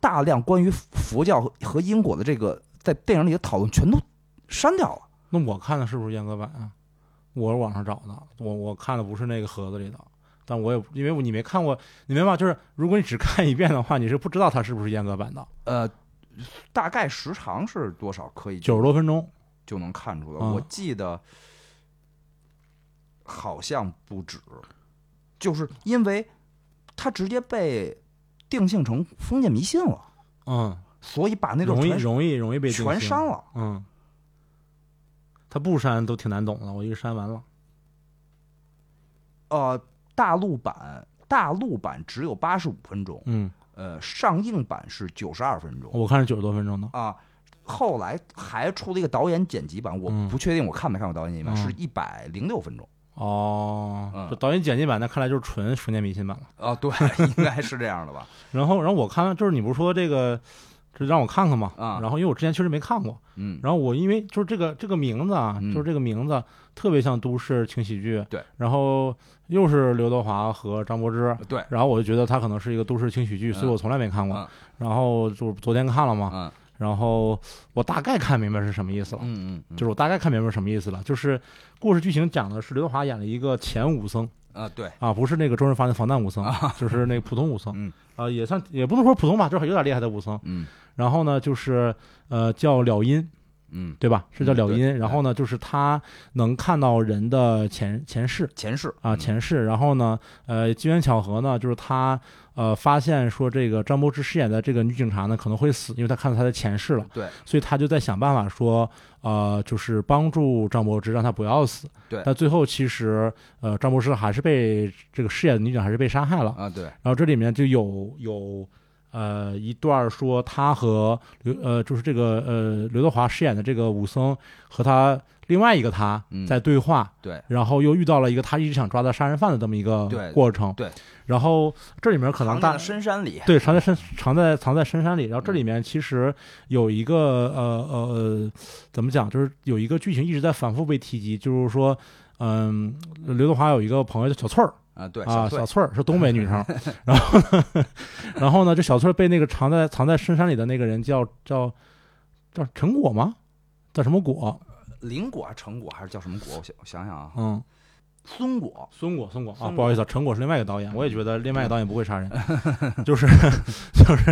[SPEAKER 1] 大量关于佛教和和因果的这个在电影里的讨论全都删掉了。
[SPEAKER 2] 那我看的是不是阉割版啊？我是网上找的，我我看的不是那个盒子里的，但我也因为你没看过，你明白吗？就是如果你只看一遍的话，你是不知道它是不是阉割版的，
[SPEAKER 1] 呃，大概时长是多少？可以
[SPEAKER 2] 九十多分钟。
[SPEAKER 1] 就能看出来。
[SPEAKER 2] 嗯
[SPEAKER 1] 我记得好像不止，就是因为它直接被定性成封建迷信了，
[SPEAKER 2] 嗯，
[SPEAKER 1] 所以把那段
[SPEAKER 2] 容易
[SPEAKER 1] 全
[SPEAKER 2] 容易容易被定
[SPEAKER 1] 全
[SPEAKER 2] 性
[SPEAKER 1] 删了。
[SPEAKER 2] 嗯，他不删都挺难懂的，我一个删完了。
[SPEAKER 1] 呃，大陆版大陆版只有八十五分钟，
[SPEAKER 2] 嗯，
[SPEAKER 1] 呃，上映版是九十二分钟
[SPEAKER 2] 我看是九十多分钟的。
[SPEAKER 1] 啊。后来还出了一个导演剪辑版，我
[SPEAKER 2] 嗯
[SPEAKER 1] 不确定我看没看过导演剪辑版，
[SPEAKER 2] 嗯
[SPEAKER 1] 是一百零六分钟。
[SPEAKER 2] 哦，
[SPEAKER 1] 嗯
[SPEAKER 2] 这导演剪辑版那看来就是纯封建迷信版了。
[SPEAKER 1] 啊， 对，应该是这样的吧？
[SPEAKER 2] 然后，然后我看就是你不是说这个，这让我看看嘛？
[SPEAKER 1] 啊
[SPEAKER 2] 然后因为我之前确实没看过，
[SPEAKER 1] 嗯，
[SPEAKER 2] 然后我因为就是这个这个名字啊，
[SPEAKER 1] 嗯
[SPEAKER 2] 就是这个名字特别像都市轻喜剧。
[SPEAKER 1] 对，
[SPEAKER 2] 然后又是刘德华和张柏芝。
[SPEAKER 1] 对，
[SPEAKER 2] 然后我就觉得它可能是一个都市轻喜剧，所以我从来没看过。
[SPEAKER 1] 嗯
[SPEAKER 2] 然后就是昨天看了嘛，
[SPEAKER 1] 嗯
[SPEAKER 2] 然后我大概看明白是什么意思了，
[SPEAKER 1] 嗯嗯，
[SPEAKER 2] 就是我大概看明白是什么意思了，就是故事剧情讲的是刘德华演了一个前武僧
[SPEAKER 1] 啊，对，
[SPEAKER 2] 啊，不是那个周润发的防弹武僧，就是那个普通武僧，
[SPEAKER 1] 啊嗯
[SPEAKER 2] 啊，也算也不能说普通吧，就是有点厉害的武僧。
[SPEAKER 1] 嗯
[SPEAKER 2] 然后呢，就是呃叫了音，
[SPEAKER 1] 嗯，
[SPEAKER 2] 对吧？是叫
[SPEAKER 1] 嗯
[SPEAKER 2] 了
[SPEAKER 1] 对
[SPEAKER 2] 音。然后呢，就是他能看到人的前前世。
[SPEAKER 1] 前世嗯
[SPEAKER 2] 啊，前世，然后呢，呃，机缘巧合呢，就是他，呃，发现说这个张柏芝饰演的这个女警察呢可能会死，因为他看到她的前世了，
[SPEAKER 1] 对
[SPEAKER 2] 所以他就在想办法说，呃，就是帮助张柏芝让她不要死。
[SPEAKER 1] 对
[SPEAKER 2] 但最后其实，呃，张柏芝还是被这个饰演的女警还是被杀害了。
[SPEAKER 1] 啊，对，
[SPEAKER 2] 然后这里面就有有，呃，一段说他和刘呃，就是这个呃刘德华饰演的这个武僧和他另外一个他
[SPEAKER 1] 嗯
[SPEAKER 2] 在对话。
[SPEAKER 1] 对
[SPEAKER 2] 然后又遇到了一个他一直想抓的杀人犯的这么一个
[SPEAKER 1] 对
[SPEAKER 2] 过程，
[SPEAKER 1] 对
[SPEAKER 2] 然后这里面可能
[SPEAKER 1] 藏
[SPEAKER 2] 大
[SPEAKER 1] 在深山里，
[SPEAKER 2] 对，藏在深藏在藏在深山里。然后这里面其实有一个呃呃呃，怎么讲，就是有一个剧情一直在反复被提及，就是说，嗯，刘德华有一个朋友叫小翠儿
[SPEAKER 1] 啊，对，
[SPEAKER 2] 啊，
[SPEAKER 1] 翠
[SPEAKER 2] 小翠儿是东北女生，然后呢，然后呢，这小翠儿被那个藏在藏在深山里的那个人叫叫叫陈果吗？叫什么果？
[SPEAKER 1] 灵果还是成果还是叫什么果？我想我想想啊，
[SPEAKER 2] 嗯，
[SPEAKER 1] 孙果，嗯
[SPEAKER 2] 孙果，孙果啊，
[SPEAKER 1] 孙
[SPEAKER 2] 不好意思啊，陈果是另外一个导演，我也觉得另外一个导演不会杀人， 就是就是，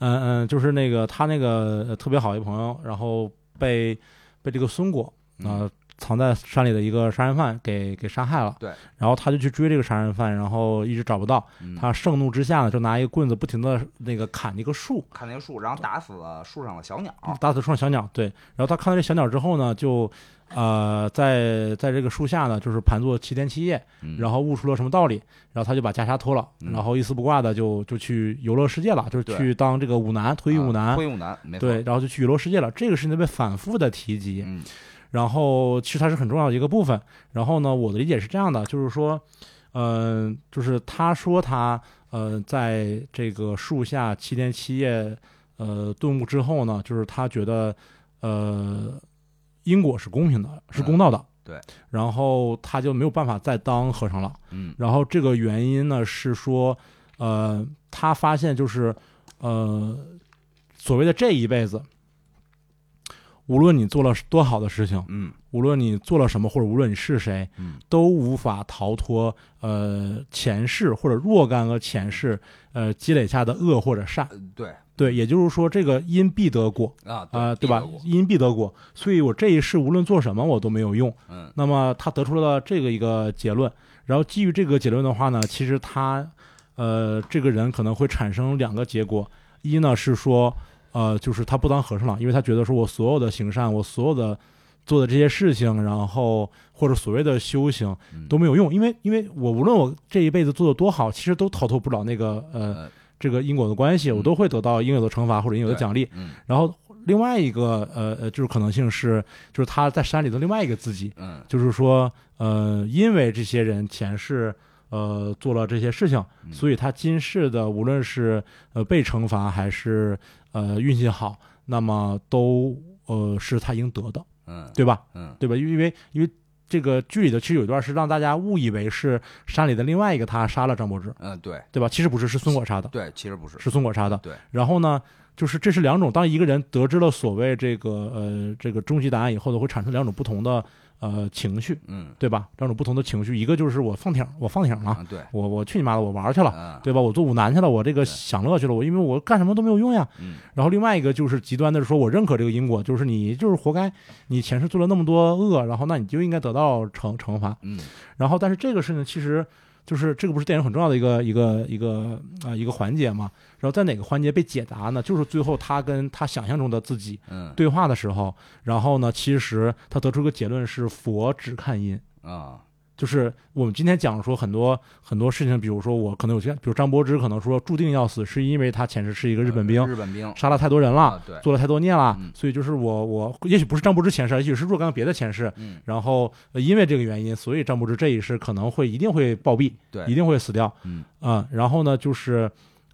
[SPEAKER 2] 嗯嗯，就是那个他那个呃特别好一朋友，然后被被这个孙果
[SPEAKER 1] 嗯
[SPEAKER 2] 啊、呃藏在山里的一个杀人犯给给杀害了，
[SPEAKER 1] 对，
[SPEAKER 2] 然后他就去追这个杀人犯，然后一直找不到，
[SPEAKER 1] 嗯
[SPEAKER 2] 他盛怒之下呢，就拿一个棍子不停的那个砍那个树，
[SPEAKER 1] 看那个树，然后打死了树上的小鸟，
[SPEAKER 2] 打死树上小鸟，对，然后他看到这小鸟之后呢，就呃在在这个树下呢，就是盘坐七天七夜。然
[SPEAKER 1] 后
[SPEAKER 2] 后悟出了什么道理，然后他就把袈裟脱了，
[SPEAKER 1] 嗯
[SPEAKER 2] 然后一丝不挂的就就去游乐世界了，就是
[SPEAKER 1] 对
[SPEAKER 2] 去当这个舞男，脱衣舞男，
[SPEAKER 1] 灰舞男，没错，
[SPEAKER 2] 对，然后就去游乐世界了。这个事情被反复的提及，
[SPEAKER 1] 嗯
[SPEAKER 2] 然后其实它是很重要的一个部分。然后呢，我的理解是这样的，就是说，嗯、就是他说他呃在这个树下七天七夜呃顿悟之后呢，就是他觉得呃因果是公平的，是公道的。
[SPEAKER 1] 嗯对，
[SPEAKER 2] 然后他就没有办法再当和尚了。
[SPEAKER 1] 嗯
[SPEAKER 2] 然后这个原因呢是说，呃，他发现就是，呃，所谓的这一辈子，无论你做了多好的事情，
[SPEAKER 1] 嗯
[SPEAKER 2] 无论你做了什么，或者无论你是谁，
[SPEAKER 1] 嗯
[SPEAKER 2] 都无法逃脱呃前世或者若干个前世呃积累下的恶或者善。
[SPEAKER 1] 呃对
[SPEAKER 2] 对，也就是说，这个因必得果
[SPEAKER 1] 啊
[SPEAKER 2] 啊、对
[SPEAKER 1] 对
[SPEAKER 2] 吧
[SPEAKER 1] 必得过？
[SPEAKER 2] 因必得果，所以我这一世无论做什么，我都没有用。
[SPEAKER 1] 嗯
[SPEAKER 2] 那么他得出了这个一个结论，然后基于这个结论的话呢，其实他，呃，这个人可能会产生两个结果，一呢是说，呃，就是他不当和尚了，因为他觉得说我所有的行善，我所有的做的这些事情，然后或者所谓的修行
[SPEAKER 1] 嗯
[SPEAKER 2] 都没有用，因为因为我无论我这一辈子做的多好，其实都逃脱不了那个呃
[SPEAKER 1] 呃嗯
[SPEAKER 2] 这个因果的关系，我都会得到应有的惩罚或者应有的
[SPEAKER 1] 对
[SPEAKER 2] 奖励。
[SPEAKER 1] 嗯
[SPEAKER 2] 然后另外一个呃呃就是可能性是，就是他在山里的另外一个自己。
[SPEAKER 1] 嗯
[SPEAKER 2] 就是说，呃，因为这些人前世呃做了这些事情，
[SPEAKER 1] 嗯
[SPEAKER 2] 所以他今世的无论是呃被惩罚还是呃运气好，那么都呃是他应得的，
[SPEAKER 1] 嗯
[SPEAKER 2] 对吧？
[SPEAKER 1] 嗯
[SPEAKER 2] 对吧？因为因为这个剧里头其实有一段是让大家误以为是山里的另外一个他杀了张柏芝，
[SPEAKER 1] 嗯对
[SPEAKER 2] 对吧？其实不是，是孙果杀的，
[SPEAKER 1] 对，其实不是
[SPEAKER 2] 是孙果杀的。
[SPEAKER 1] 对，
[SPEAKER 2] 然后呢？就是这是两种，当一个人得知了所谓这个呃这个终极答案以后呢，会产生两种不同的呃情绪。
[SPEAKER 1] 嗯
[SPEAKER 2] 对吧？两种不同的情绪，一个就是我放挺，我放挺了，
[SPEAKER 1] 啊对
[SPEAKER 2] 我我去你妈的，我玩去了，
[SPEAKER 1] 啊
[SPEAKER 2] 对吧？我做舞男去了，我这个
[SPEAKER 1] 对
[SPEAKER 2] 享乐去了，我因为我干什么都没有用呀。
[SPEAKER 1] 嗯
[SPEAKER 2] 然后另外一个就是极端的说，我认可这个因果，就是你就是活该，你前世做了那么多恶，然后那你就应该得到惩惩罚。
[SPEAKER 1] 嗯
[SPEAKER 2] 然后但是这个事情其实就是这个不是电影很重要的一个一个一个啊、一个环节嘛。然后在哪个环节被解答呢？就是最后他跟他想象中的自己
[SPEAKER 1] 嗯
[SPEAKER 2] 对话的时候，然后呢，其实他得出个结论是佛只看因。
[SPEAKER 1] 啊
[SPEAKER 2] 就是我们今天讲说很多很多事情，比如说我可能有些，比如张柏芝可能说注定要死，是因为他前世是一个日本兵，
[SPEAKER 1] 日本兵
[SPEAKER 2] 杀了太多人了，
[SPEAKER 1] 啊对
[SPEAKER 2] 做了太多孽了，
[SPEAKER 1] 呃嗯
[SPEAKER 2] 所以就是我我也许不是张柏芝前世，也许是若干别的前世，
[SPEAKER 1] 嗯
[SPEAKER 2] 然后、呃因为这个原因，所以张柏芝这一世可能会一定会暴毙，
[SPEAKER 1] 对
[SPEAKER 2] 一定会死掉
[SPEAKER 1] 嗯
[SPEAKER 2] 啊、然后呢就是。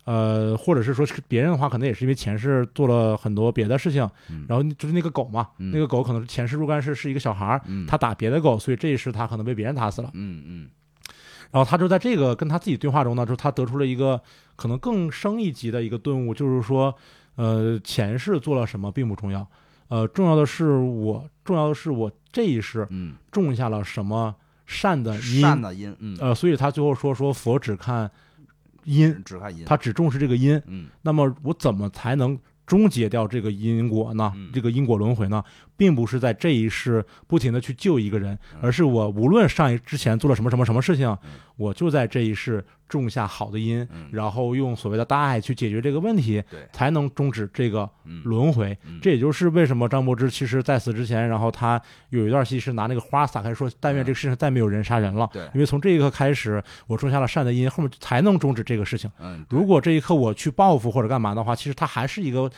[SPEAKER 2] 呃，或者是说是别人的话，可能也是因为前世做了很多别的事情，
[SPEAKER 1] 嗯
[SPEAKER 2] 然后就是那个狗嘛，
[SPEAKER 1] 嗯
[SPEAKER 2] 那个狗可能是前世若干是是一个小孩儿，
[SPEAKER 1] 嗯
[SPEAKER 2] 他打别的狗，所以这一世他可能被别人打死了。
[SPEAKER 1] 嗯嗯
[SPEAKER 2] 然后他就在这个跟他自己对话中呢，就是他得出了一个可能更深一级的一个顿悟，就是说，呃，前世做了什么并不重要，呃，重要的是我重要的是我这一世
[SPEAKER 1] 嗯
[SPEAKER 2] 种下了什么善的呃因，
[SPEAKER 1] 善的因嗯
[SPEAKER 2] 呃，所以他最后说说佛只看因，
[SPEAKER 1] 只看因
[SPEAKER 2] 他只重视这个因。
[SPEAKER 1] 嗯
[SPEAKER 2] 那么我怎么才能终结掉这个因果呢？
[SPEAKER 1] 嗯
[SPEAKER 2] 这个因果轮回呢，并不是在这一世不停的去救一个人，
[SPEAKER 1] 嗯
[SPEAKER 2] 而是我无论上一之前做了什么什么什么事情
[SPEAKER 1] 嗯，
[SPEAKER 2] 我就在这一世种下好的因，
[SPEAKER 1] 嗯
[SPEAKER 2] 然后用所谓的大爱去解决这个问题，
[SPEAKER 1] 对
[SPEAKER 2] 才能终止这个
[SPEAKER 1] 嗯
[SPEAKER 2] 轮回。
[SPEAKER 1] 嗯
[SPEAKER 2] 这也就是为什么张柏芝其实在此之前，然后他有一段戏是拿那个花撒开说：“但愿这个世界上再没有人杀人了。”
[SPEAKER 1] 对
[SPEAKER 2] 因为从这一刻开始，我种下了善的因，后面才能终止这个事情。
[SPEAKER 1] 嗯
[SPEAKER 2] 如果这一刻我去报复或者干嘛的话，其实它还是一个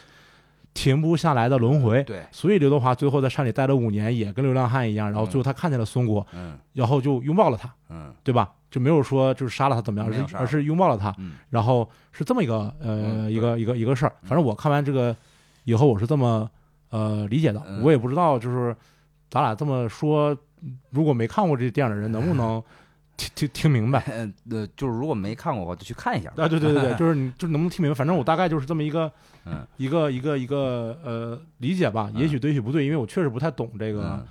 [SPEAKER 2] 停不下来的轮回。
[SPEAKER 1] 对
[SPEAKER 2] 所以刘德华最后在山里待了五年，也跟流浪汉一样，然后最后他看见了松果，
[SPEAKER 1] 嗯
[SPEAKER 2] 然后就拥抱了他，
[SPEAKER 1] 嗯
[SPEAKER 2] 对吧？就没有说就是杀了他怎么样，
[SPEAKER 1] 没有
[SPEAKER 2] 而是
[SPEAKER 1] 杀了
[SPEAKER 2] 而是拥抱了他，
[SPEAKER 1] 嗯
[SPEAKER 2] 然后是这么一个呃
[SPEAKER 1] 嗯
[SPEAKER 2] 一个一个一个事儿。
[SPEAKER 1] 嗯
[SPEAKER 2] 反正我看完这个以后，我是这么呃理解的，
[SPEAKER 1] 嗯
[SPEAKER 2] 我也不知道就是咱俩这么说，如果没看过这电影的人能不能听听听明白？
[SPEAKER 1] 嗯呃就是如果没看过的话就去看一下吧
[SPEAKER 2] 啊，对对对 对，就是你就能不能听明白？反正我大概就是这么一 个，
[SPEAKER 1] 嗯
[SPEAKER 2] 一个一个一个呃理解吧，
[SPEAKER 1] 嗯
[SPEAKER 2] 也许对，也许不对，因为我确实不太懂这个
[SPEAKER 1] 嗯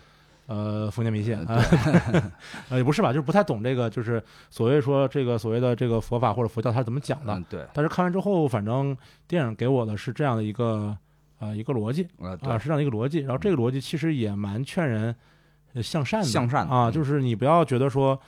[SPEAKER 2] 呃封建迷信啊， 呃也不是吧，就是不太懂这个，就是所谓说这个所谓的这个佛法或者佛教它是怎么讲的
[SPEAKER 1] 嗯。对
[SPEAKER 2] 但是看完之后，反正电影给我的是这样的一个呃一个逻辑
[SPEAKER 1] 啊
[SPEAKER 2] 啊，
[SPEAKER 1] 对
[SPEAKER 2] 是这样的一个逻辑。然后这个逻辑其实也蛮劝人呃向善的，
[SPEAKER 1] 向善的
[SPEAKER 2] 啊，
[SPEAKER 1] 嗯
[SPEAKER 2] 就是你不要觉得说，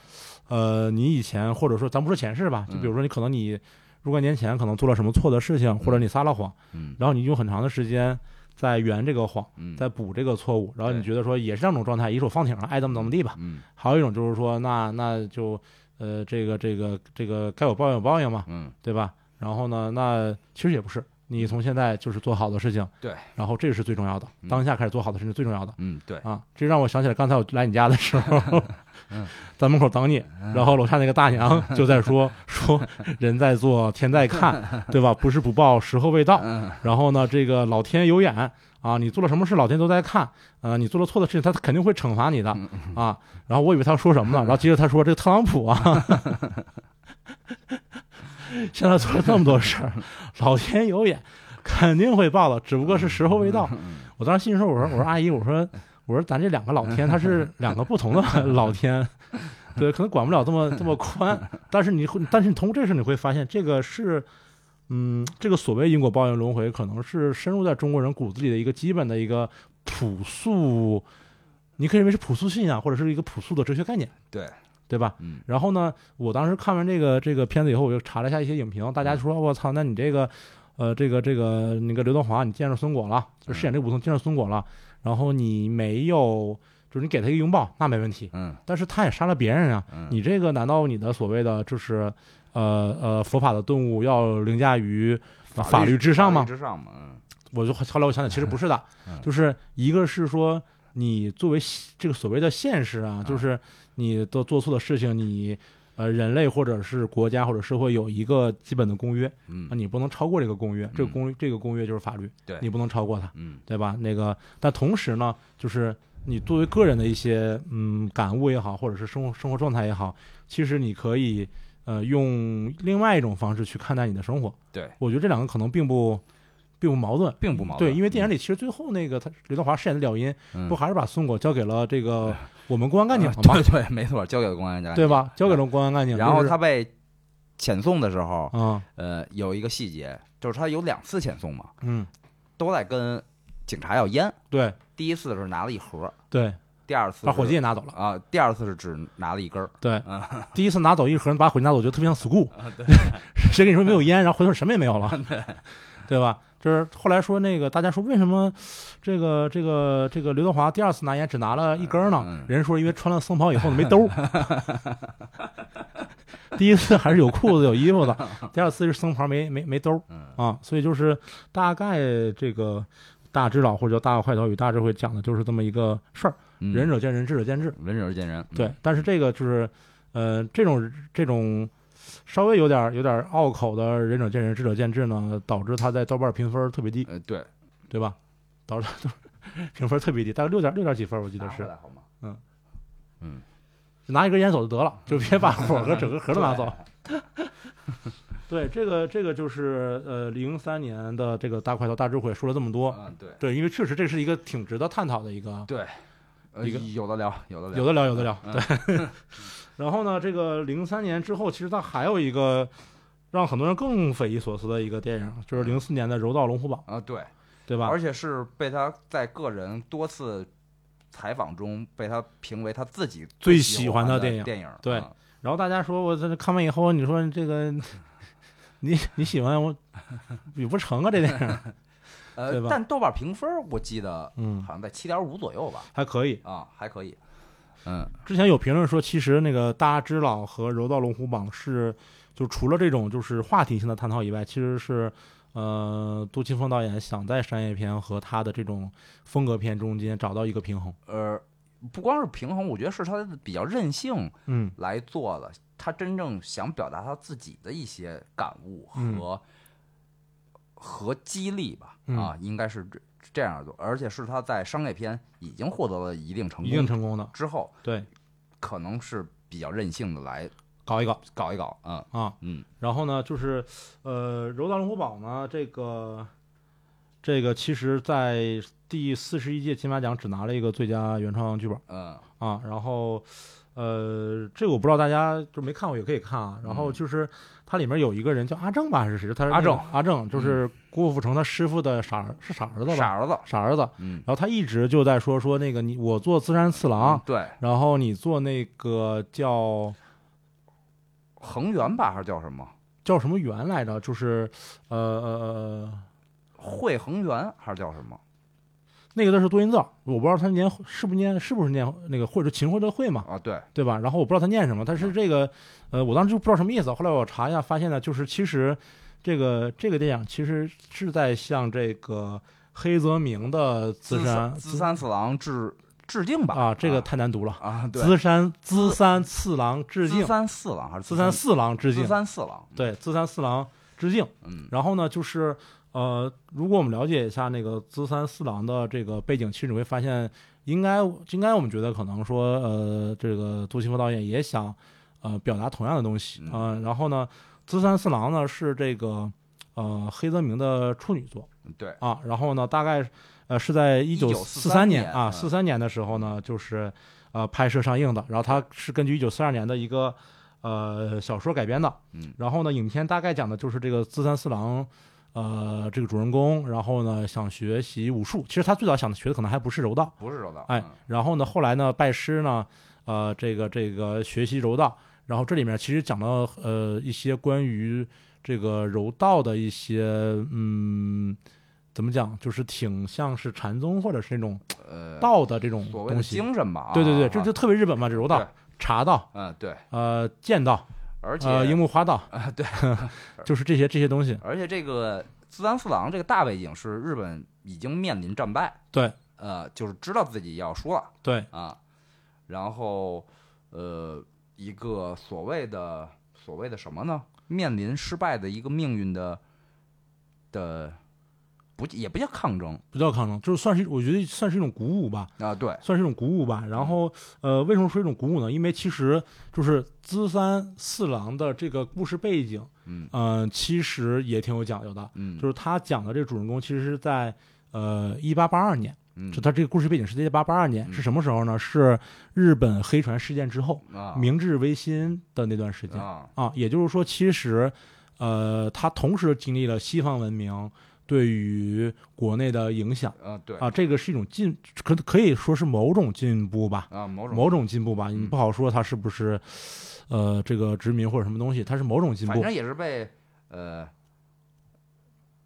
[SPEAKER 2] 呃，你以前或者说咱不说前世吧，就
[SPEAKER 1] 嗯
[SPEAKER 2] 比如说你可能你若干年前可能做了什么错的事情，或者你撒了谎，
[SPEAKER 1] 嗯
[SPEAKER 2] 然后你用很长的时间在圆这个谎，
[SPEAKER 1] 嗯
[SPEAKER 2] 在补这个错误，然后你
[SPEAKER 1] 对
[SPEAKER 2] 觉得说也是两种状态，一种放挺了，爱怎么怎么地吧，
[SPEAKER 1] 嗯
[SPEAKER 2] 还有一种就是说那那就呃这个这个这个该有报应有报应嘛，
[SPEAKER 1] 嗯
[SPEAKER 2] 对吧？然后呢，那其实也不是。你从现在就是做好的事情，
[SPEAKER 1] 对，
[SPEAKER 2] 然后这是最重要的，
[SPEAKER 1] 嗯
[SPEAKER 2] 当下开始做好的事情是最重要的。
[SPEAKER 1] 嗯对
[SPEAKER 2] 啊，这让我想起来刚才我来你家的时候
[SPEAKER 1] 嗯，
[SPEAKER 2] 在门口等你，然后楼下那个大娘就 在说说人在做天在看，对吧？不是不报，时候未到。
[SPEAKER 1] 嗯
[SPEAKER 2] 然后呢，这个老天有眼啊，你做了什么事，老天都在看。呃，你做了错的事情，他肯定会惩罚你的
[SPEAKER 1] 嗯
[SPEAKER 2] 啊。然后我以为他说什么呢，然后接着他说这个特朗普 啊，现在做了那么多事儿，老天有眼，肯定会报的，只不过是时候未到。
[SPEAKER 1] 嗯
[SPEAKER 2] 我当时心里说，我说我说阿姨，我说我说咱这两个老天，他是两个不同的老天，对，可能管不了这么这么宽，但是你会，但是你通过这事你会发现，这个是，嗯，这个所谓因果报应轮回，可能是深入在中国人骨子里的一个基本的一个朴素，你可以认为是朴素信仰，或者是一个朴素的哲学概念，
[SPEAKER 1] 对
[SPEAKER 2] 对吧？
[SPEAKER 1] 嗯，
[SPEAKER 2] 然后呢，我当时看完这个这个片子以后，我就查了一下一些影评，大家
[SPEAKER 1] 嗯
[SPEAKER 2] 说我操，那你这个，呃，这个这个那个刘德华，你见着孙果了，就饰演这个武松见着孙果了，然后你没有，就是你给他一个拥抱，那没问题，
[SPEAKER 1] 嗯
[SPEAKER 2] 但是他也杀了别人啊，
[SPEAKER 1] 嗯，
[SPEAKER 2] 你这个难道你的所谓的就是，呃呃，佛法的顿悟要凌驾于法律至上吗
[SPEAKER 1] 法律？至上嘛，嗯
[SPEAKER 2] 我就后来我想想，其实不是的
[SPEAKER 1] 嗯，
[SPEAKER 2] 就是一个是说你作为现这个所谓的现实
[SPEAKER 1] 嗯
[SPEAKER 2] 啊，就是你都做错的事情，你呃人类或者是国家或者社会有一个基本的公约，
[SPEAKER 1] 嗯
[SPEAKER 2] 那啊你不能超过这个公约，这个公这个公约就是法律，
[SPEAKER 1] 对
[SPEAKER 2] 你不能超过它，
[SPEAKER 1] 嗯
[SPEAKER 2] 对吧？那个，但同时呢，就是你作为个人的一些嗯感悟也好，或者是生活生活状态也好，其实你可以呃用另外一种方式去看待你的生活。
[SPEAKER 1] 对，
[SPEAKER 2] 我觉得这两个可能并不并不矛盾。
[SPEAKER 1] 并不矛盾。
[SPEAKER 2] 对，因为电影里其实最后那个他刘德华饰演的了音，
[SPEAKER 1] 嗯
[SPEAKER 2] 不还是把孙果交给了这个我们公安干警了
[SPEAKER 1] 啊
[SPEAKER 2] 吗？
[SPEAKER 1] 对 对，没错，交给公安家，
[SPEAKER 2] 对？吧？交给了公安干警，
[SPEAKER 1] 然后
[SPEAKER 2] 就是
[SPEAKER 1] 他被遣送的时候，
[SPEAKER 2] 啊
[SPEAKER 1] 呃，有一个细节，就是他有两次遣送嘛，
[SPEAKER 2] 嗯
[SPEAKER 1] 都在跟警察要烟。
[SPEAKER 2] 对
[SPEAKER 1] 第一次是拿了一盒，
[SPEAKER 2] 对，
[SPEAKER 1] 第二次
[SPEAKER 2] 把火
[SPEAKER 1] 是
[SPEAKER 2] 机也拿走了。
[SPEAKER 1] 啊，第二次是只拿了一根儿。
[SPEAKER 2] 对，
[SPEAKER 1] 啊
[SPEAKER 2] 第一次拿走一盒，把火机拿走，就特别像 school。谁 跟你说没有烟，然后回头什么也没 有了，对吧？就是后来说那个，大家说为什么这个这个这个刘德华第二次拿烟只拿了一根呢
[SPEAKER 1] 嗯？
[SPEAKER 2] 人说因为穿了僧袍以后呢没兜儿， 第一次还是有裤子有衣服 的，第二次是僧袍没没没兜儿
[SPEAKER 1] 嗯
[SPEAKER 2] 啊，所以就是大概这个大智老或者叫大快头与大智慧讲的就是这么一个事儿，
[SPEAKER 1] 嗯
[SPEAKER 2] 仁者见仁，智者见智。
[SPEAKER 1] 仁者见仁，嗯
[SPEAKER 2] 对，但是这个就是，呃，这种这种稍微有点儿有点儿拗口的仁者见仁，智者见智呢，导致它在豆瓣评分儿特别低，
[SPEAKER 1] 呃对，
[SPEAKER 2] 对吧？导致它评分儿特别低，大概六点六点几分儿，我记得
[SPEAKER 1] 拿回
[SPEAKER 2] 是，
[SPEAKER 1] 来好吗？
[SPEAKER 2] 拿一根烟走就得了，就别把火和整个盒都拿走。 对，这个这个就是呃，零三年的这个大块头大智慧说了这么多，
[SPEAKER 1] 嗯对
[SPEAKER 2] 对，因为确实这是一个挺值得探讨的一个
[SPEAKER 1] 对，呃
[SPEAKER 2] 一个
[SPEAKER 1] 有的聊，有的聊，
[SPEAKER 2] 有的聊，有的聊。
[SPEAKER 1] 嗯
[SPEAKER 2] 对。 然后呢，这个零三年之后，其实它还有一个让很多人更匪夷所思的一个电影，就是零四年的《柔道龙虎榜》，
[SPEAKER 1] 啊对，
[SPEAKER 2] 对吧？
[SPEAKER 1] 嗯而且是被他在个人多次采访中被他评为他自己
[SPEAKER 2] 最喜
[SPEAKER 1] 喜
[SPEAKER 2] 欢的
[SPEAKER 1] 的
[SPEAKER 2] 电影
[SPEAKER 1] 电影
[SPEAKER 2] 对
[SPEAKER 1] 嗯
[SPEAKER 2] 然后大家说我这看完以后，你说这 个你你喜欢我也不成啊，这电 影，对
[SPEAKER 1] 呃
[SPEAKER 2] 吧，
[SPEAKER 1] 但豆瓣评分我记得
[SPEAKER 2] 嗯，
[SPEAKER 1] 好像在七点五左右吧，
[SPEAKER 2] 还可以。
[SPEAKER 1] 啊，还可以，嗯
[SPEAKER 2] 之前有评论说，其实那个《大只佬》和《柔道龙虎榜》是，就除了这种就是话题性的探讨以外，其实是，呃，杜琪峰导演想在商业片和他的这种风格片中间找到一个平衡。
[SPEAKER 1] 呃，不光是平衡，我觉得是他比较任性
[SPEAKER 2] 嗯
[SPEAKER 1] 来做的，他真正想表达他自己的一些感悟
[SPEAKER 2] 嗯
[SPEAKER 1] 和、和激励吧，
[SPEAKER 2] 嗯
[SPEAKER 1] 啊，应该是这这样做，而且是他在商业片已经获得了一定成
[SPEAKER 2] 一定
[SPEAKER 1] 功
[SPEAKER 2] 成功的，
[SPEAKER 1] 之后，
[SPEAKER 2] 对，
[SPEAKER 1] 可能是比较任性的来
[SPEAKER 2] 搞一搞
[SPEAKER 1] 搞一搞，嗯
[SPEAKER 2] 啊。
[SPEAKER 1] 嗯
[SPEAKER 2] 然后呢，就是，呃，《柔道龙虎榜》呢，这个，这个其实在第四十一届金马奖只拿了一个最佳原创剧本。
[SPEAKER 1] 嗯
[SPEAKER 2] 啊，然后呃，这个我不知道大家就没看过也可以看啊。然
[SPEAKER 1] 嗯
[SPEAKER 2] 后就是它里面有一个人叫阿正吧，还是谁？他是
[SPEAKER 1] 阿
[SPEAKER 2] 那个
[SPEAKER 1] 正嗯
[SPEAKER 2] 阿正就是郭富城他师傅的傻儿是傻儿子
[SPEAKER 1] 傻
[SPEAKER 2] 吧？
[SPEAKER 1] 儿子，
[SPEAKER 2] 傻儿子。
[SPEAKER 1] 嗯
[SPEAKER 2] 然后他一直就在说说那个你我做自山次郎
[SPEAKER 1] 嗯，对，
[SPEAKER 2] 然后你做那个叫
[SPEAKER 1] 恒源吧还是叫什么？
[SPEAKER 2] 叫什么源来着？就是呃呃呃，
[SPEAKER 1] 汇恒源还是叫什么
[SPEAKER 2] 那个字是多音字，我不知道他念是不是念是不是念那个或者秦桧的会嘛？
[SPEAKER 1] 啊？对，
[SPEAKER 2] 对吧？然后我不知道他念什么，但是这个，呃，我当时就不知道什么意思。后来我查一下，发现呢，就是其实这个这个电影其实是在向这个黑泽明的资山
[SPEAKER 1] 资三次郎致致敬吧？
[SPEAKER 2] 啊，这个太难读了，
[SPEAKER 1] 啊，对，
[SPEAKER 2] 资山资三次郎致敬
[SPEAKER 1] 资，三四郎还是
[SPEAKER 2] 资三四郎致
[SPEAKER 1] 资
[SPEAKER 2] 敬，
[SPEAKER 1] 三四郎？
[SPEAKER 2] 对，资三四郎致敬。
[SPEAKER 1] 嗯
[SPEAKER 2] 然后呢，就是呃，如果我们了解一下那个资三四郎的这个背景，其实你会发现，应该应该我们觉得可能说，呃，这个杜琪峰导演也想呃表达同样的东西
[SPEAKER 1] 嗯
[SPEAKER 2] 啊、呃然后呢，资三四郎呢是这个呃黑泽明的处女作
[SPEAKER 1] 对，
[SPEAKER 2] 啊，然后呢，大概呃，是在一九三
[SPEAKER 1] 年
[SPEAKER 2] 啊，
[SPEAKER 1] 嗯
[SPEAKER 2] 四三年的时候呢，就是呃拍摄上映的。然后它是根据一九四二年的一个呃小说改编的。
[SPEAKER 1] 嗯
[SPEAKER 2] 然后呢，影片大概讲的就是这个自三四郎，呃，这个主人公，然后呢想学习武术。其实他最早想学的可能还不是柔道，
[SPEAKER 1] 不是柔道，
[SPEAKER 2] 哎
[SPEAKER 1] 嗯，
[SPEAKER 2] 然后呢，后来呢，拜师呢，呃，这个这个学习柔道，然后这里面其实讲到呃一些关于这个柔道的一些嗯，怎么讲，就是挺像是禅宗或者是那种
[SPEAKER 1] 呃，
[SPEAKER 2] 道的这种
[SPEAKER 1] 所谓的
[SPEAKER 2] 东西。
[SPEAKER 1] 精神吧，啊
[SPEAKER 2] 对对对，
[SPEAKER 1] 啊
[SPEAKER 2] 这就特别日本嘛，这柔
[SPEAKER 1] 对
[SPEAKER 2] 道、茶道、
[SPEAKER 1] 嗯对，
[SPEAKER 2] 呃剑道、
[SPEAKER 1] 而且
[SPEAKER 2] 呃樱木花道，
[SPEAKER 1] 啊对，
[SPEAKER 2] 就是这些这些东西。
[SPEAKER 1] 而且这个自三四郎这个大背景是日本已经面临战败，
[SPEAKER 2] 对，
[SPEAKER 1] 呃，就是知道自己要输了
[SPEAKER 2] 对，
[SPEAKER 1] 啊，然后呃，一个所谓的所谓的什么呢？面临失败的一个命运的的不也不叫抗争
[SPEAKER 2] 不叫抗争，就是算是我觉得算是一种鼓舞吧。
[SPEAKER 1] 啊，对，
[SPEAKER 2] 算是一种鼓舞吧。然后，呃，为什么说一种鼓舞呢？因为其实就是资三四郎的这个故事背景，
[SPEAKER 1] 嗯
[SPEAKER 2] 嗯、其实也挺有讲究的。
[SPEAKER 1] 嗯，
[SPEAKER 2] 就是他讲的这个主人公，其实是在呃一八八二年，
[SPEAKER 1] 嗯
[SPEAKER 2] 就他这个故事背景是在一八八二年，
[SPEAKER 1] 嗯
[SPEAKER 2] 是什么时候呢？是日本黑船事件之后，
[SPEAKER 1] 啊
[SPEAKER 2] 明治维新的那段时间
[SPEAKER 1] 啊，
[SPEAKER 2] 啊。也就是说，其实，呃，他同时经历了西方文明对于国内的影响。
[SPEAKER 1] 啊对
[SPEAKER 2] 啊，这个是一种进，可可以说是某种进步吧，
[SPEAKER 1] 啊某种
[SPEAKER 2] 某种进步吧，
[SPEAKER 1] 嗯
[SPEAKER 2] 你不好说它是不是，呃，这个殖民或者什么东西，它是某种进
[SPEAKER 1] 反
[SPEAKER 2] 步
[SPEAKER 1] 正，也是被呃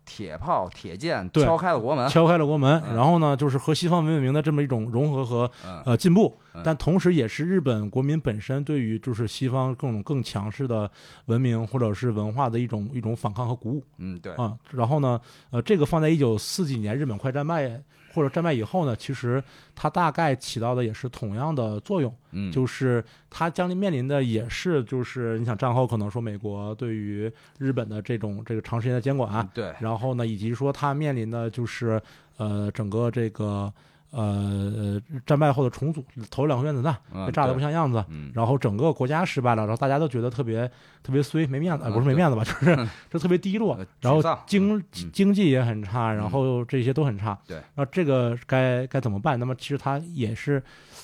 [SPEAKER 1] 铁炮、铁剑
[SPEAKER 2] 对
[SPEAKER 1] 敲开了国门。
[SPEAKER 2] 敲开了国门，
[SPEAKER 1] 嗯
[SPEAKER 2] 然后呢，就是和西方文明的这么一种融合和
[SPEAKER 1] 嗯
[SPEAKER 2] 呃进步
[SPEAKER 1] 嗯，
[SPEAKER 2] 但同时也是日本国民本身对于就是西方各种更强势的文明或者是文化的一种一种反抗和鼓舞
[SPEAKER 1] 嗯，对，
[SPEAKER 2] 啊。然后呢，呃，这个放在一九四几年日本快战败或者战败以后呢，其实它大概起到的也是同样的作用。
[SPEAKER 1] 嗯，
[SPEAKER 2] 就是他将临面临的也是，就是你想战后可能说美国对于日本的这种这个长时间的监管
[SPEAKER 1] 嗯，对，
[SPEAKER 2] 然后呢，以及说他面临的就是呃整个这个呃战败后的重组，头两颗原子弹
[SPEAKER 1] 嗯
[SPEAKER 2] 被炸得不
[SPEAKER 1] 对
[SPEAKER 2] 像样子。
[SPEAKER 1] 嗯，
[SPEAKER 2] 然后整个国家失败了，然后大家都觉得特别特别衰，没面子，呃
[SPEAKER 1] 嗯
[SPEAKER 2] 不是没面子吧，就是就特别低落
[SPEAKER 1] 呃，
[SPEAKER 2] 然后
[SPEAKER 1] 沮丧
[SPEAKER 2] 经
[SPEAKER 1] 嗯嗯
[SPEAKER 2] 经济也很差，然后这些都很差。
[SPEAKER 1] 对
[SPEAKER 2] 那这个该该怎么办？那么其实它也是，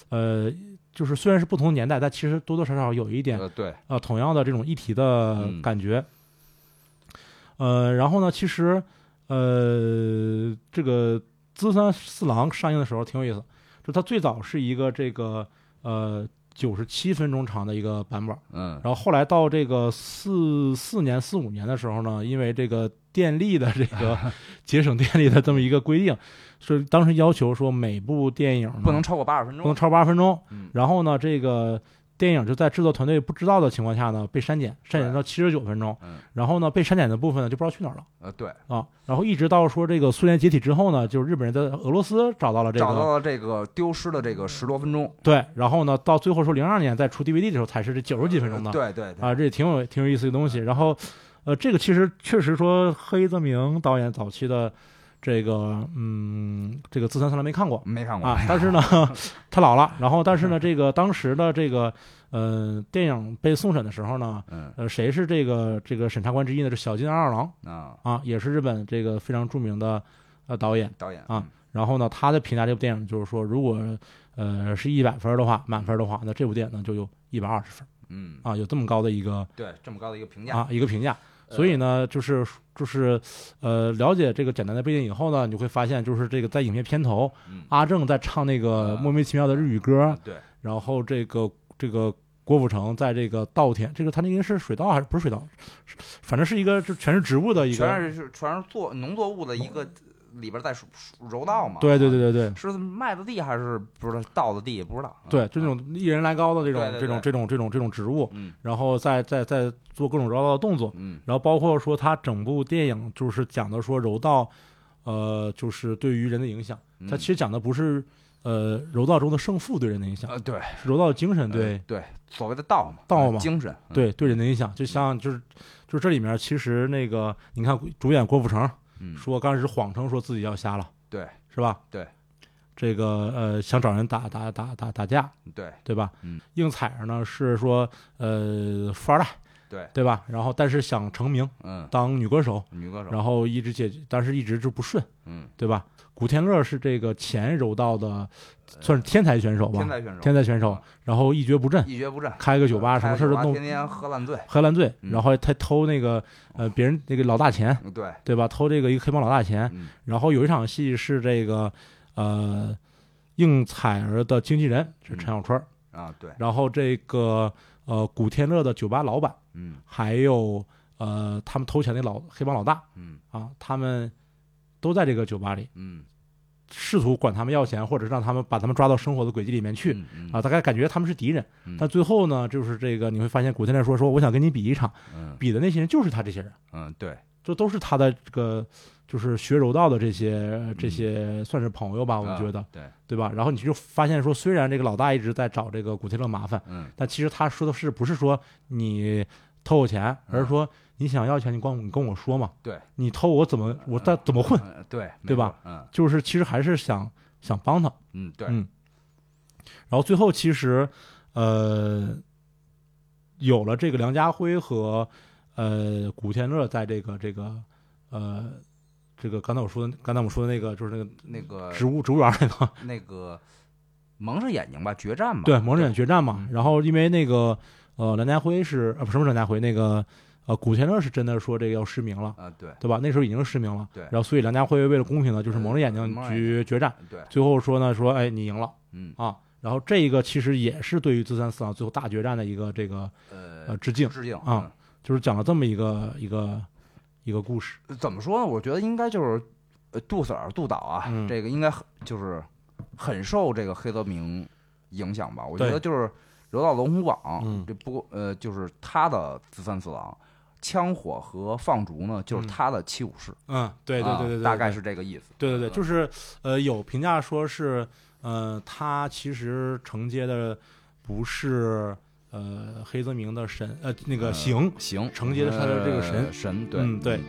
[SPEAKER 2] 呃，就是虽然是不同年代，但其实多多少少有一点
[SPEAKER 1] 呃，对，
[SPEAKER 2] 呃同样的这种议题的
[SPEAKER 1] 嗯
[SPEAKER 2] 感觉。呃，然后呢，其实呃，这个《资三四郎》上映的时候挺有意思，就它最早是一个这个呃九十七分钟长的一个版本。
[SPEAKER 1] 嗯，
[SPEAKER 2] 然后后来到这个四四年、四五年的时候呢，因为这个电力的这个 节省电力的这么一个规定，所以当时要求说每部电影呢
[SPEAKER 1] 不能超过八十分
[SPEAKER 2] 不能
[SPEAKER 1] 钟，
[SPEAKER 2] 超八分钟。
[SPEAKER 1] 嗯
[SPEAKER 2] 然后呢，这个电影就在制作团队不知道的情况下呢被删减，删减到七十九分钟。
[SPEAKER 1] 嗯
[SPEAKER 2] 然后呢，被删减的部分呢就不知道去哪儿了
[SPEAKER 1] 呃，对，
[SPEAKER 2] 啊。然后一直到说这个苏联解体之后呢，就是日本人在俄罗斯找到了这
[SPEAKER 1] 找
[SPEAKER 2] 个
[SPEAKER 1] 到了这个丢失的这个十多分钟，
[SPEAKER 2] 对，然后呢，到最后说零二年再出 DVD 的时候才是这九十几分钟的
[SPEAKER 1] 呃。对对对，
[SPEAKER 2] 啊，这也挺有挺有意思的东
[SPEAKER 1] 嗯
[SPEAKER 2] 西。然后，呃，这个其实确实说黑泽明导演早期的这个，嗯，这个《自三三郎》没看过
[SPEAKER 1] 没看过
[SPEAKER 2] 啊，但是呢，他老了。然后，但
[SPEAKER 1] 嗯
[SPEAKER 2] 是呢，这个当时的这个，呃，电影被送审的时候呢，
[SPEAKER 1] 嗯
[SPEAKER 2] 呃，谁是这个这个审查官之一呢？是小津安二郎
[SPEAKER 1] 啊，
[SPEAKER 2] 啊，也是日本这个非常著名的呃导演。
[SPEAKER 1] 导演
[SPEAKER 2] 啊，然后呢，他的评价这部电影就是说，如果呃是一百分儿的话，满分儿的话，那这部电影呢就有一百二十分儿
[SPEAKER 1] 嗯，
[SPEAKER 2] 啊，有这么高的一个
[SPEAKER 1] 对，这么高的一个评价，
[SPEAKER 2] 啊一个评价。所
[SPEAKER 1] 呃
[SPEAKER 2] 以呢，就是就是，呃，了解这个简单的背景以后呢，你会发现，就是这个在影片片头，
[SPEAKER 1] 嗯，
[SPEAKER 2] 阿正在唱那个
[SPEAKER 1] 啊
[SPEAKER 2] 莫名其妙的日语歌，
[SPEAKER 1] 对，
[SPEAKER 2] 然后这个这个郭富城在这个稻田，这个他那个是水稻还是不是水稻？是反正是一个，就全是植物的一个，
[SPEAKER 1] 全是全是做农作物的一个呃里边在数数柔道嘛，
[SPEAKER 2] 对对
[SPEAKER 1] 啊
[SPEAKER 2] 对对对
[SPEAKER 1] 是麦子地还是不知道稻子地不知道，啊
[SPEAKER 2] 对，就那，种一人来高的这种
[SPEAKER 1] 对对
[SPEAKER 2] 这种
[SPEAKER 1] 对
[SPEAKER 2] 这种这种这种植物，
[SPEAKER 1] 嗯
[SPEAKER 2] 然后再再再做各种柔道的动作，
[SPEAKER 1] 嗯
[SPEAKER 2] 然后包括说他整部电影就是讲的说柔道，呃，就是对于人的影响。
[SPEAKER 1] 嗯，
[SPEAKER 2] 它其实讲的不是呃柔道中的胜负对人的影响，
[SPEAKER 1] 呃对
[SPEAKER 2] 是柔道精神对、
[SPEAKER 1] 呃对所谓的道嘛，
[SPEAKER 2] 道
[SPEAKER 1] 呃
[SPEAKER 2] 嘛
[SPEAKER 1] 精神，嗯，
[SPEAKER 2] 对对人的影响。就像就是就是这里面其实那个你看主演郭富城
[SPEAKER 1] 嗯
[SPEAKER 2] 说刚开始谎称说自己要瞎了，
[SPEAKER 1] 对，
[SPEAKER 2] 是吧？
[SPEAKER 1] 对，
[SPEAKER 2] 这个呃想找人打打打打打架，
[SPEAKER 1] 对，
[SPEAKER 2] 对吧？
[SPEAKER 1] 嗯，
[SPEAKER 2] 硬踩着呢是说呃富二代。
[SPEAKER 1] 对，
[SPEAKER 2] 对吧？然后但是想成名，
[SPEAKER 1] 嗯，
[SPEAKER 2] 当女歌手，
[SPEAKER 1] 女歌手，
[SPEAKER 2] 然后一直解决，但是一直就不顺，
[SPEAKER 1] 嗯，
[SPEAKER 2] 对吧？古天乐是这个前柔道的，算是天才选手吧
[SPEAKER 1] 呃天，才选手，
[SPEAKER 2] 天才选手，然后一蹶不振，
[SPEAKER 1] 一蹶不振，
[SPEAKER 2] 开个酒吧，什
[SPEAKER 1] 啊嗯开
[SPEAKER 2] 么
[SPEAKER 1] 个
[SPEAKER 2] 事儿
[SPEAKER 1] 酒
[SPEAKER 2] 都
[SPEAKER 1] 吧
[SPEAKER 2] 弄
[SPEAKER 1] 天，天喝烂醉，
[SPEAKER 2] 喝烂醉，
[SPEAKER 1] 嗯
[SPEAKER 2] 然后他偷那个呃别人那个老大钱，
[SPEAKER 1] 嗯对，
[SPEAKER 2] 对吧？偷这个一个黑帮老大钱，
[SPEAKER 1] 嗯
[SPEAKER 2] 然后有一场戏是这个呃应采儿的经纪人
[SPEAKER 1] 嗯
[SPEAKER 2] 是陈小春儿，
[SPEAKER 1] 啊，对，
[SPEAKER 2] 然后这个呃古天乐的酒吧老板，
[SPEAKER 1] 嗯
[SPEAKER 2] 还有呃他们偷钱那老黑帮老大
[SPEAKER 1] 嗯
[SPEAKER 2] 啊，他们都在这个酒吧里，
[SPEAKER 1] 嗯，
[SPEAKER 2] 试图管他们要钱，或者让他们把他们抓到生活的轨迹里面去。
[SPEAKER 1] 嗯
[SPEAKER 2] 啊，，大概感觉他们是敌人，
[SPEAKER 1] 嗯
[SPEAKER 2] 但最后呢，就是这个你会发现，古天乐说说我想跟你比一场，
[SPEAKER 1] 嗯
[SPEAKER 2] 比的那些人就是他这些人，
[SPEAKER 1] 嗯，对，
[SPEAKER 2] 这都是他的这个就是学柔道的这些这些算是朋友吧，我
[SPEAKER 1] 嗯啊
[SPEAKER 2] 觉得，
[SPEAKER 1] 对，
[SPEAKER 2] 对吧？然后你就发现说，虽然这个老大一直在找这个古天乐麻烦，
[SPEAKER 1] 嗯
[SPEAKER 2] 但其实他说的是不是说你偷我钱，而是说你想要钱，你光你跟我说嘛，
[SPEAKER 1] 嗯对，
[SPEAKER 2] 你偷我怎么我再怎么混，
[SPEAKER 1] 嗯对，没
[SPEAKER 2] 对吧
[SPEAKER 1] 错？嗯
[SPEAKER 2] 就是其实还是想想帮他，
[SPEAKER 1] 嗯，对，
[SPEAKER 2] 嗯，然后最后其实，呃，有了这个梁家辉和呃古天乐在这个这个呃这个刚才我说的刚才我们说的那个就是那个
[SPEAKER 1] 那个
[SPEAKER 2] 植物植物园 那个
[SPEAKER 1] 那个蒙着眼睛吧，决战吧，
[SPEAKER 2] 对《蒙着眼决战》嘛
[SPEAKER 1] 嗯，
[SPEAKER 2] 然后因为那个呃梁家辉是呃不什么是梁家辉那个呃古天乐是真的说这个要失明了，
[SPEAKER 1] 啊，对
[SPEAKER 2] 对吧？那时候已经失明了，
[SPEAKER 1] 对
[SPEAKER 2] 然后所以梁家辉为了公平呢，就是蒙着眼
[SPEAKER 1] 呃
[SPEAKER 2] 睛
[SPEAKER 1] 蒙着眼
[SPEAKER 2] 去决战，
[SPEAKER 1] 对，
[SPEAKER 2] 最后说呢说哎你赢了。
[SPEAKER 1] 嗯
[SPEAKER 2] 啊。然后这个其实也是对于《自三四郎》最后大决战的一个这个呃
[SPEAKER 1] 呃，
[SPEAKER 2] 致敬，
[SPEAKER 1] 致敬
[SPEAKER 2] 啊，就是讲了这么一个一个一个故事。
[SPEAKER 1] 嗯怎么说呢？我觉得应该就是呃，杜 Sir 杜导啊，
[SPEAKER 2] 嗯
[SPEAKER 1] 这个应该很就是很受这个黑泽明影响吧。我觉
[SPEAKER 2] 对
[SPEAKER 1] 得就是《柔道龙虎榜》
[SPEAKER 2] 嗯
[SPEAKER 1] 这不呃，就是他的自三四郎。枪火和放逐呢，就是
[SPEAKER 2] 嗯
[SPEAKER 1] 他的七武士，
[SPEAKER 2] 嗯，对
[SPEAKER 1] 啊大概是这个意思。
[SPEAKER 2] 对对对，就是呃，有评价说是呃，他其实承接的不是呃黑泽明的神呃那个
[SPEAKER 1] 呃
[SPEAKER 2] 行，
[SPEAKER 1] 嗯行，
[SPEAKER 2] 承接的是他的这个神
[SPEAKER 1] 呃神，对，
[SPEAKER 2] 嗯对，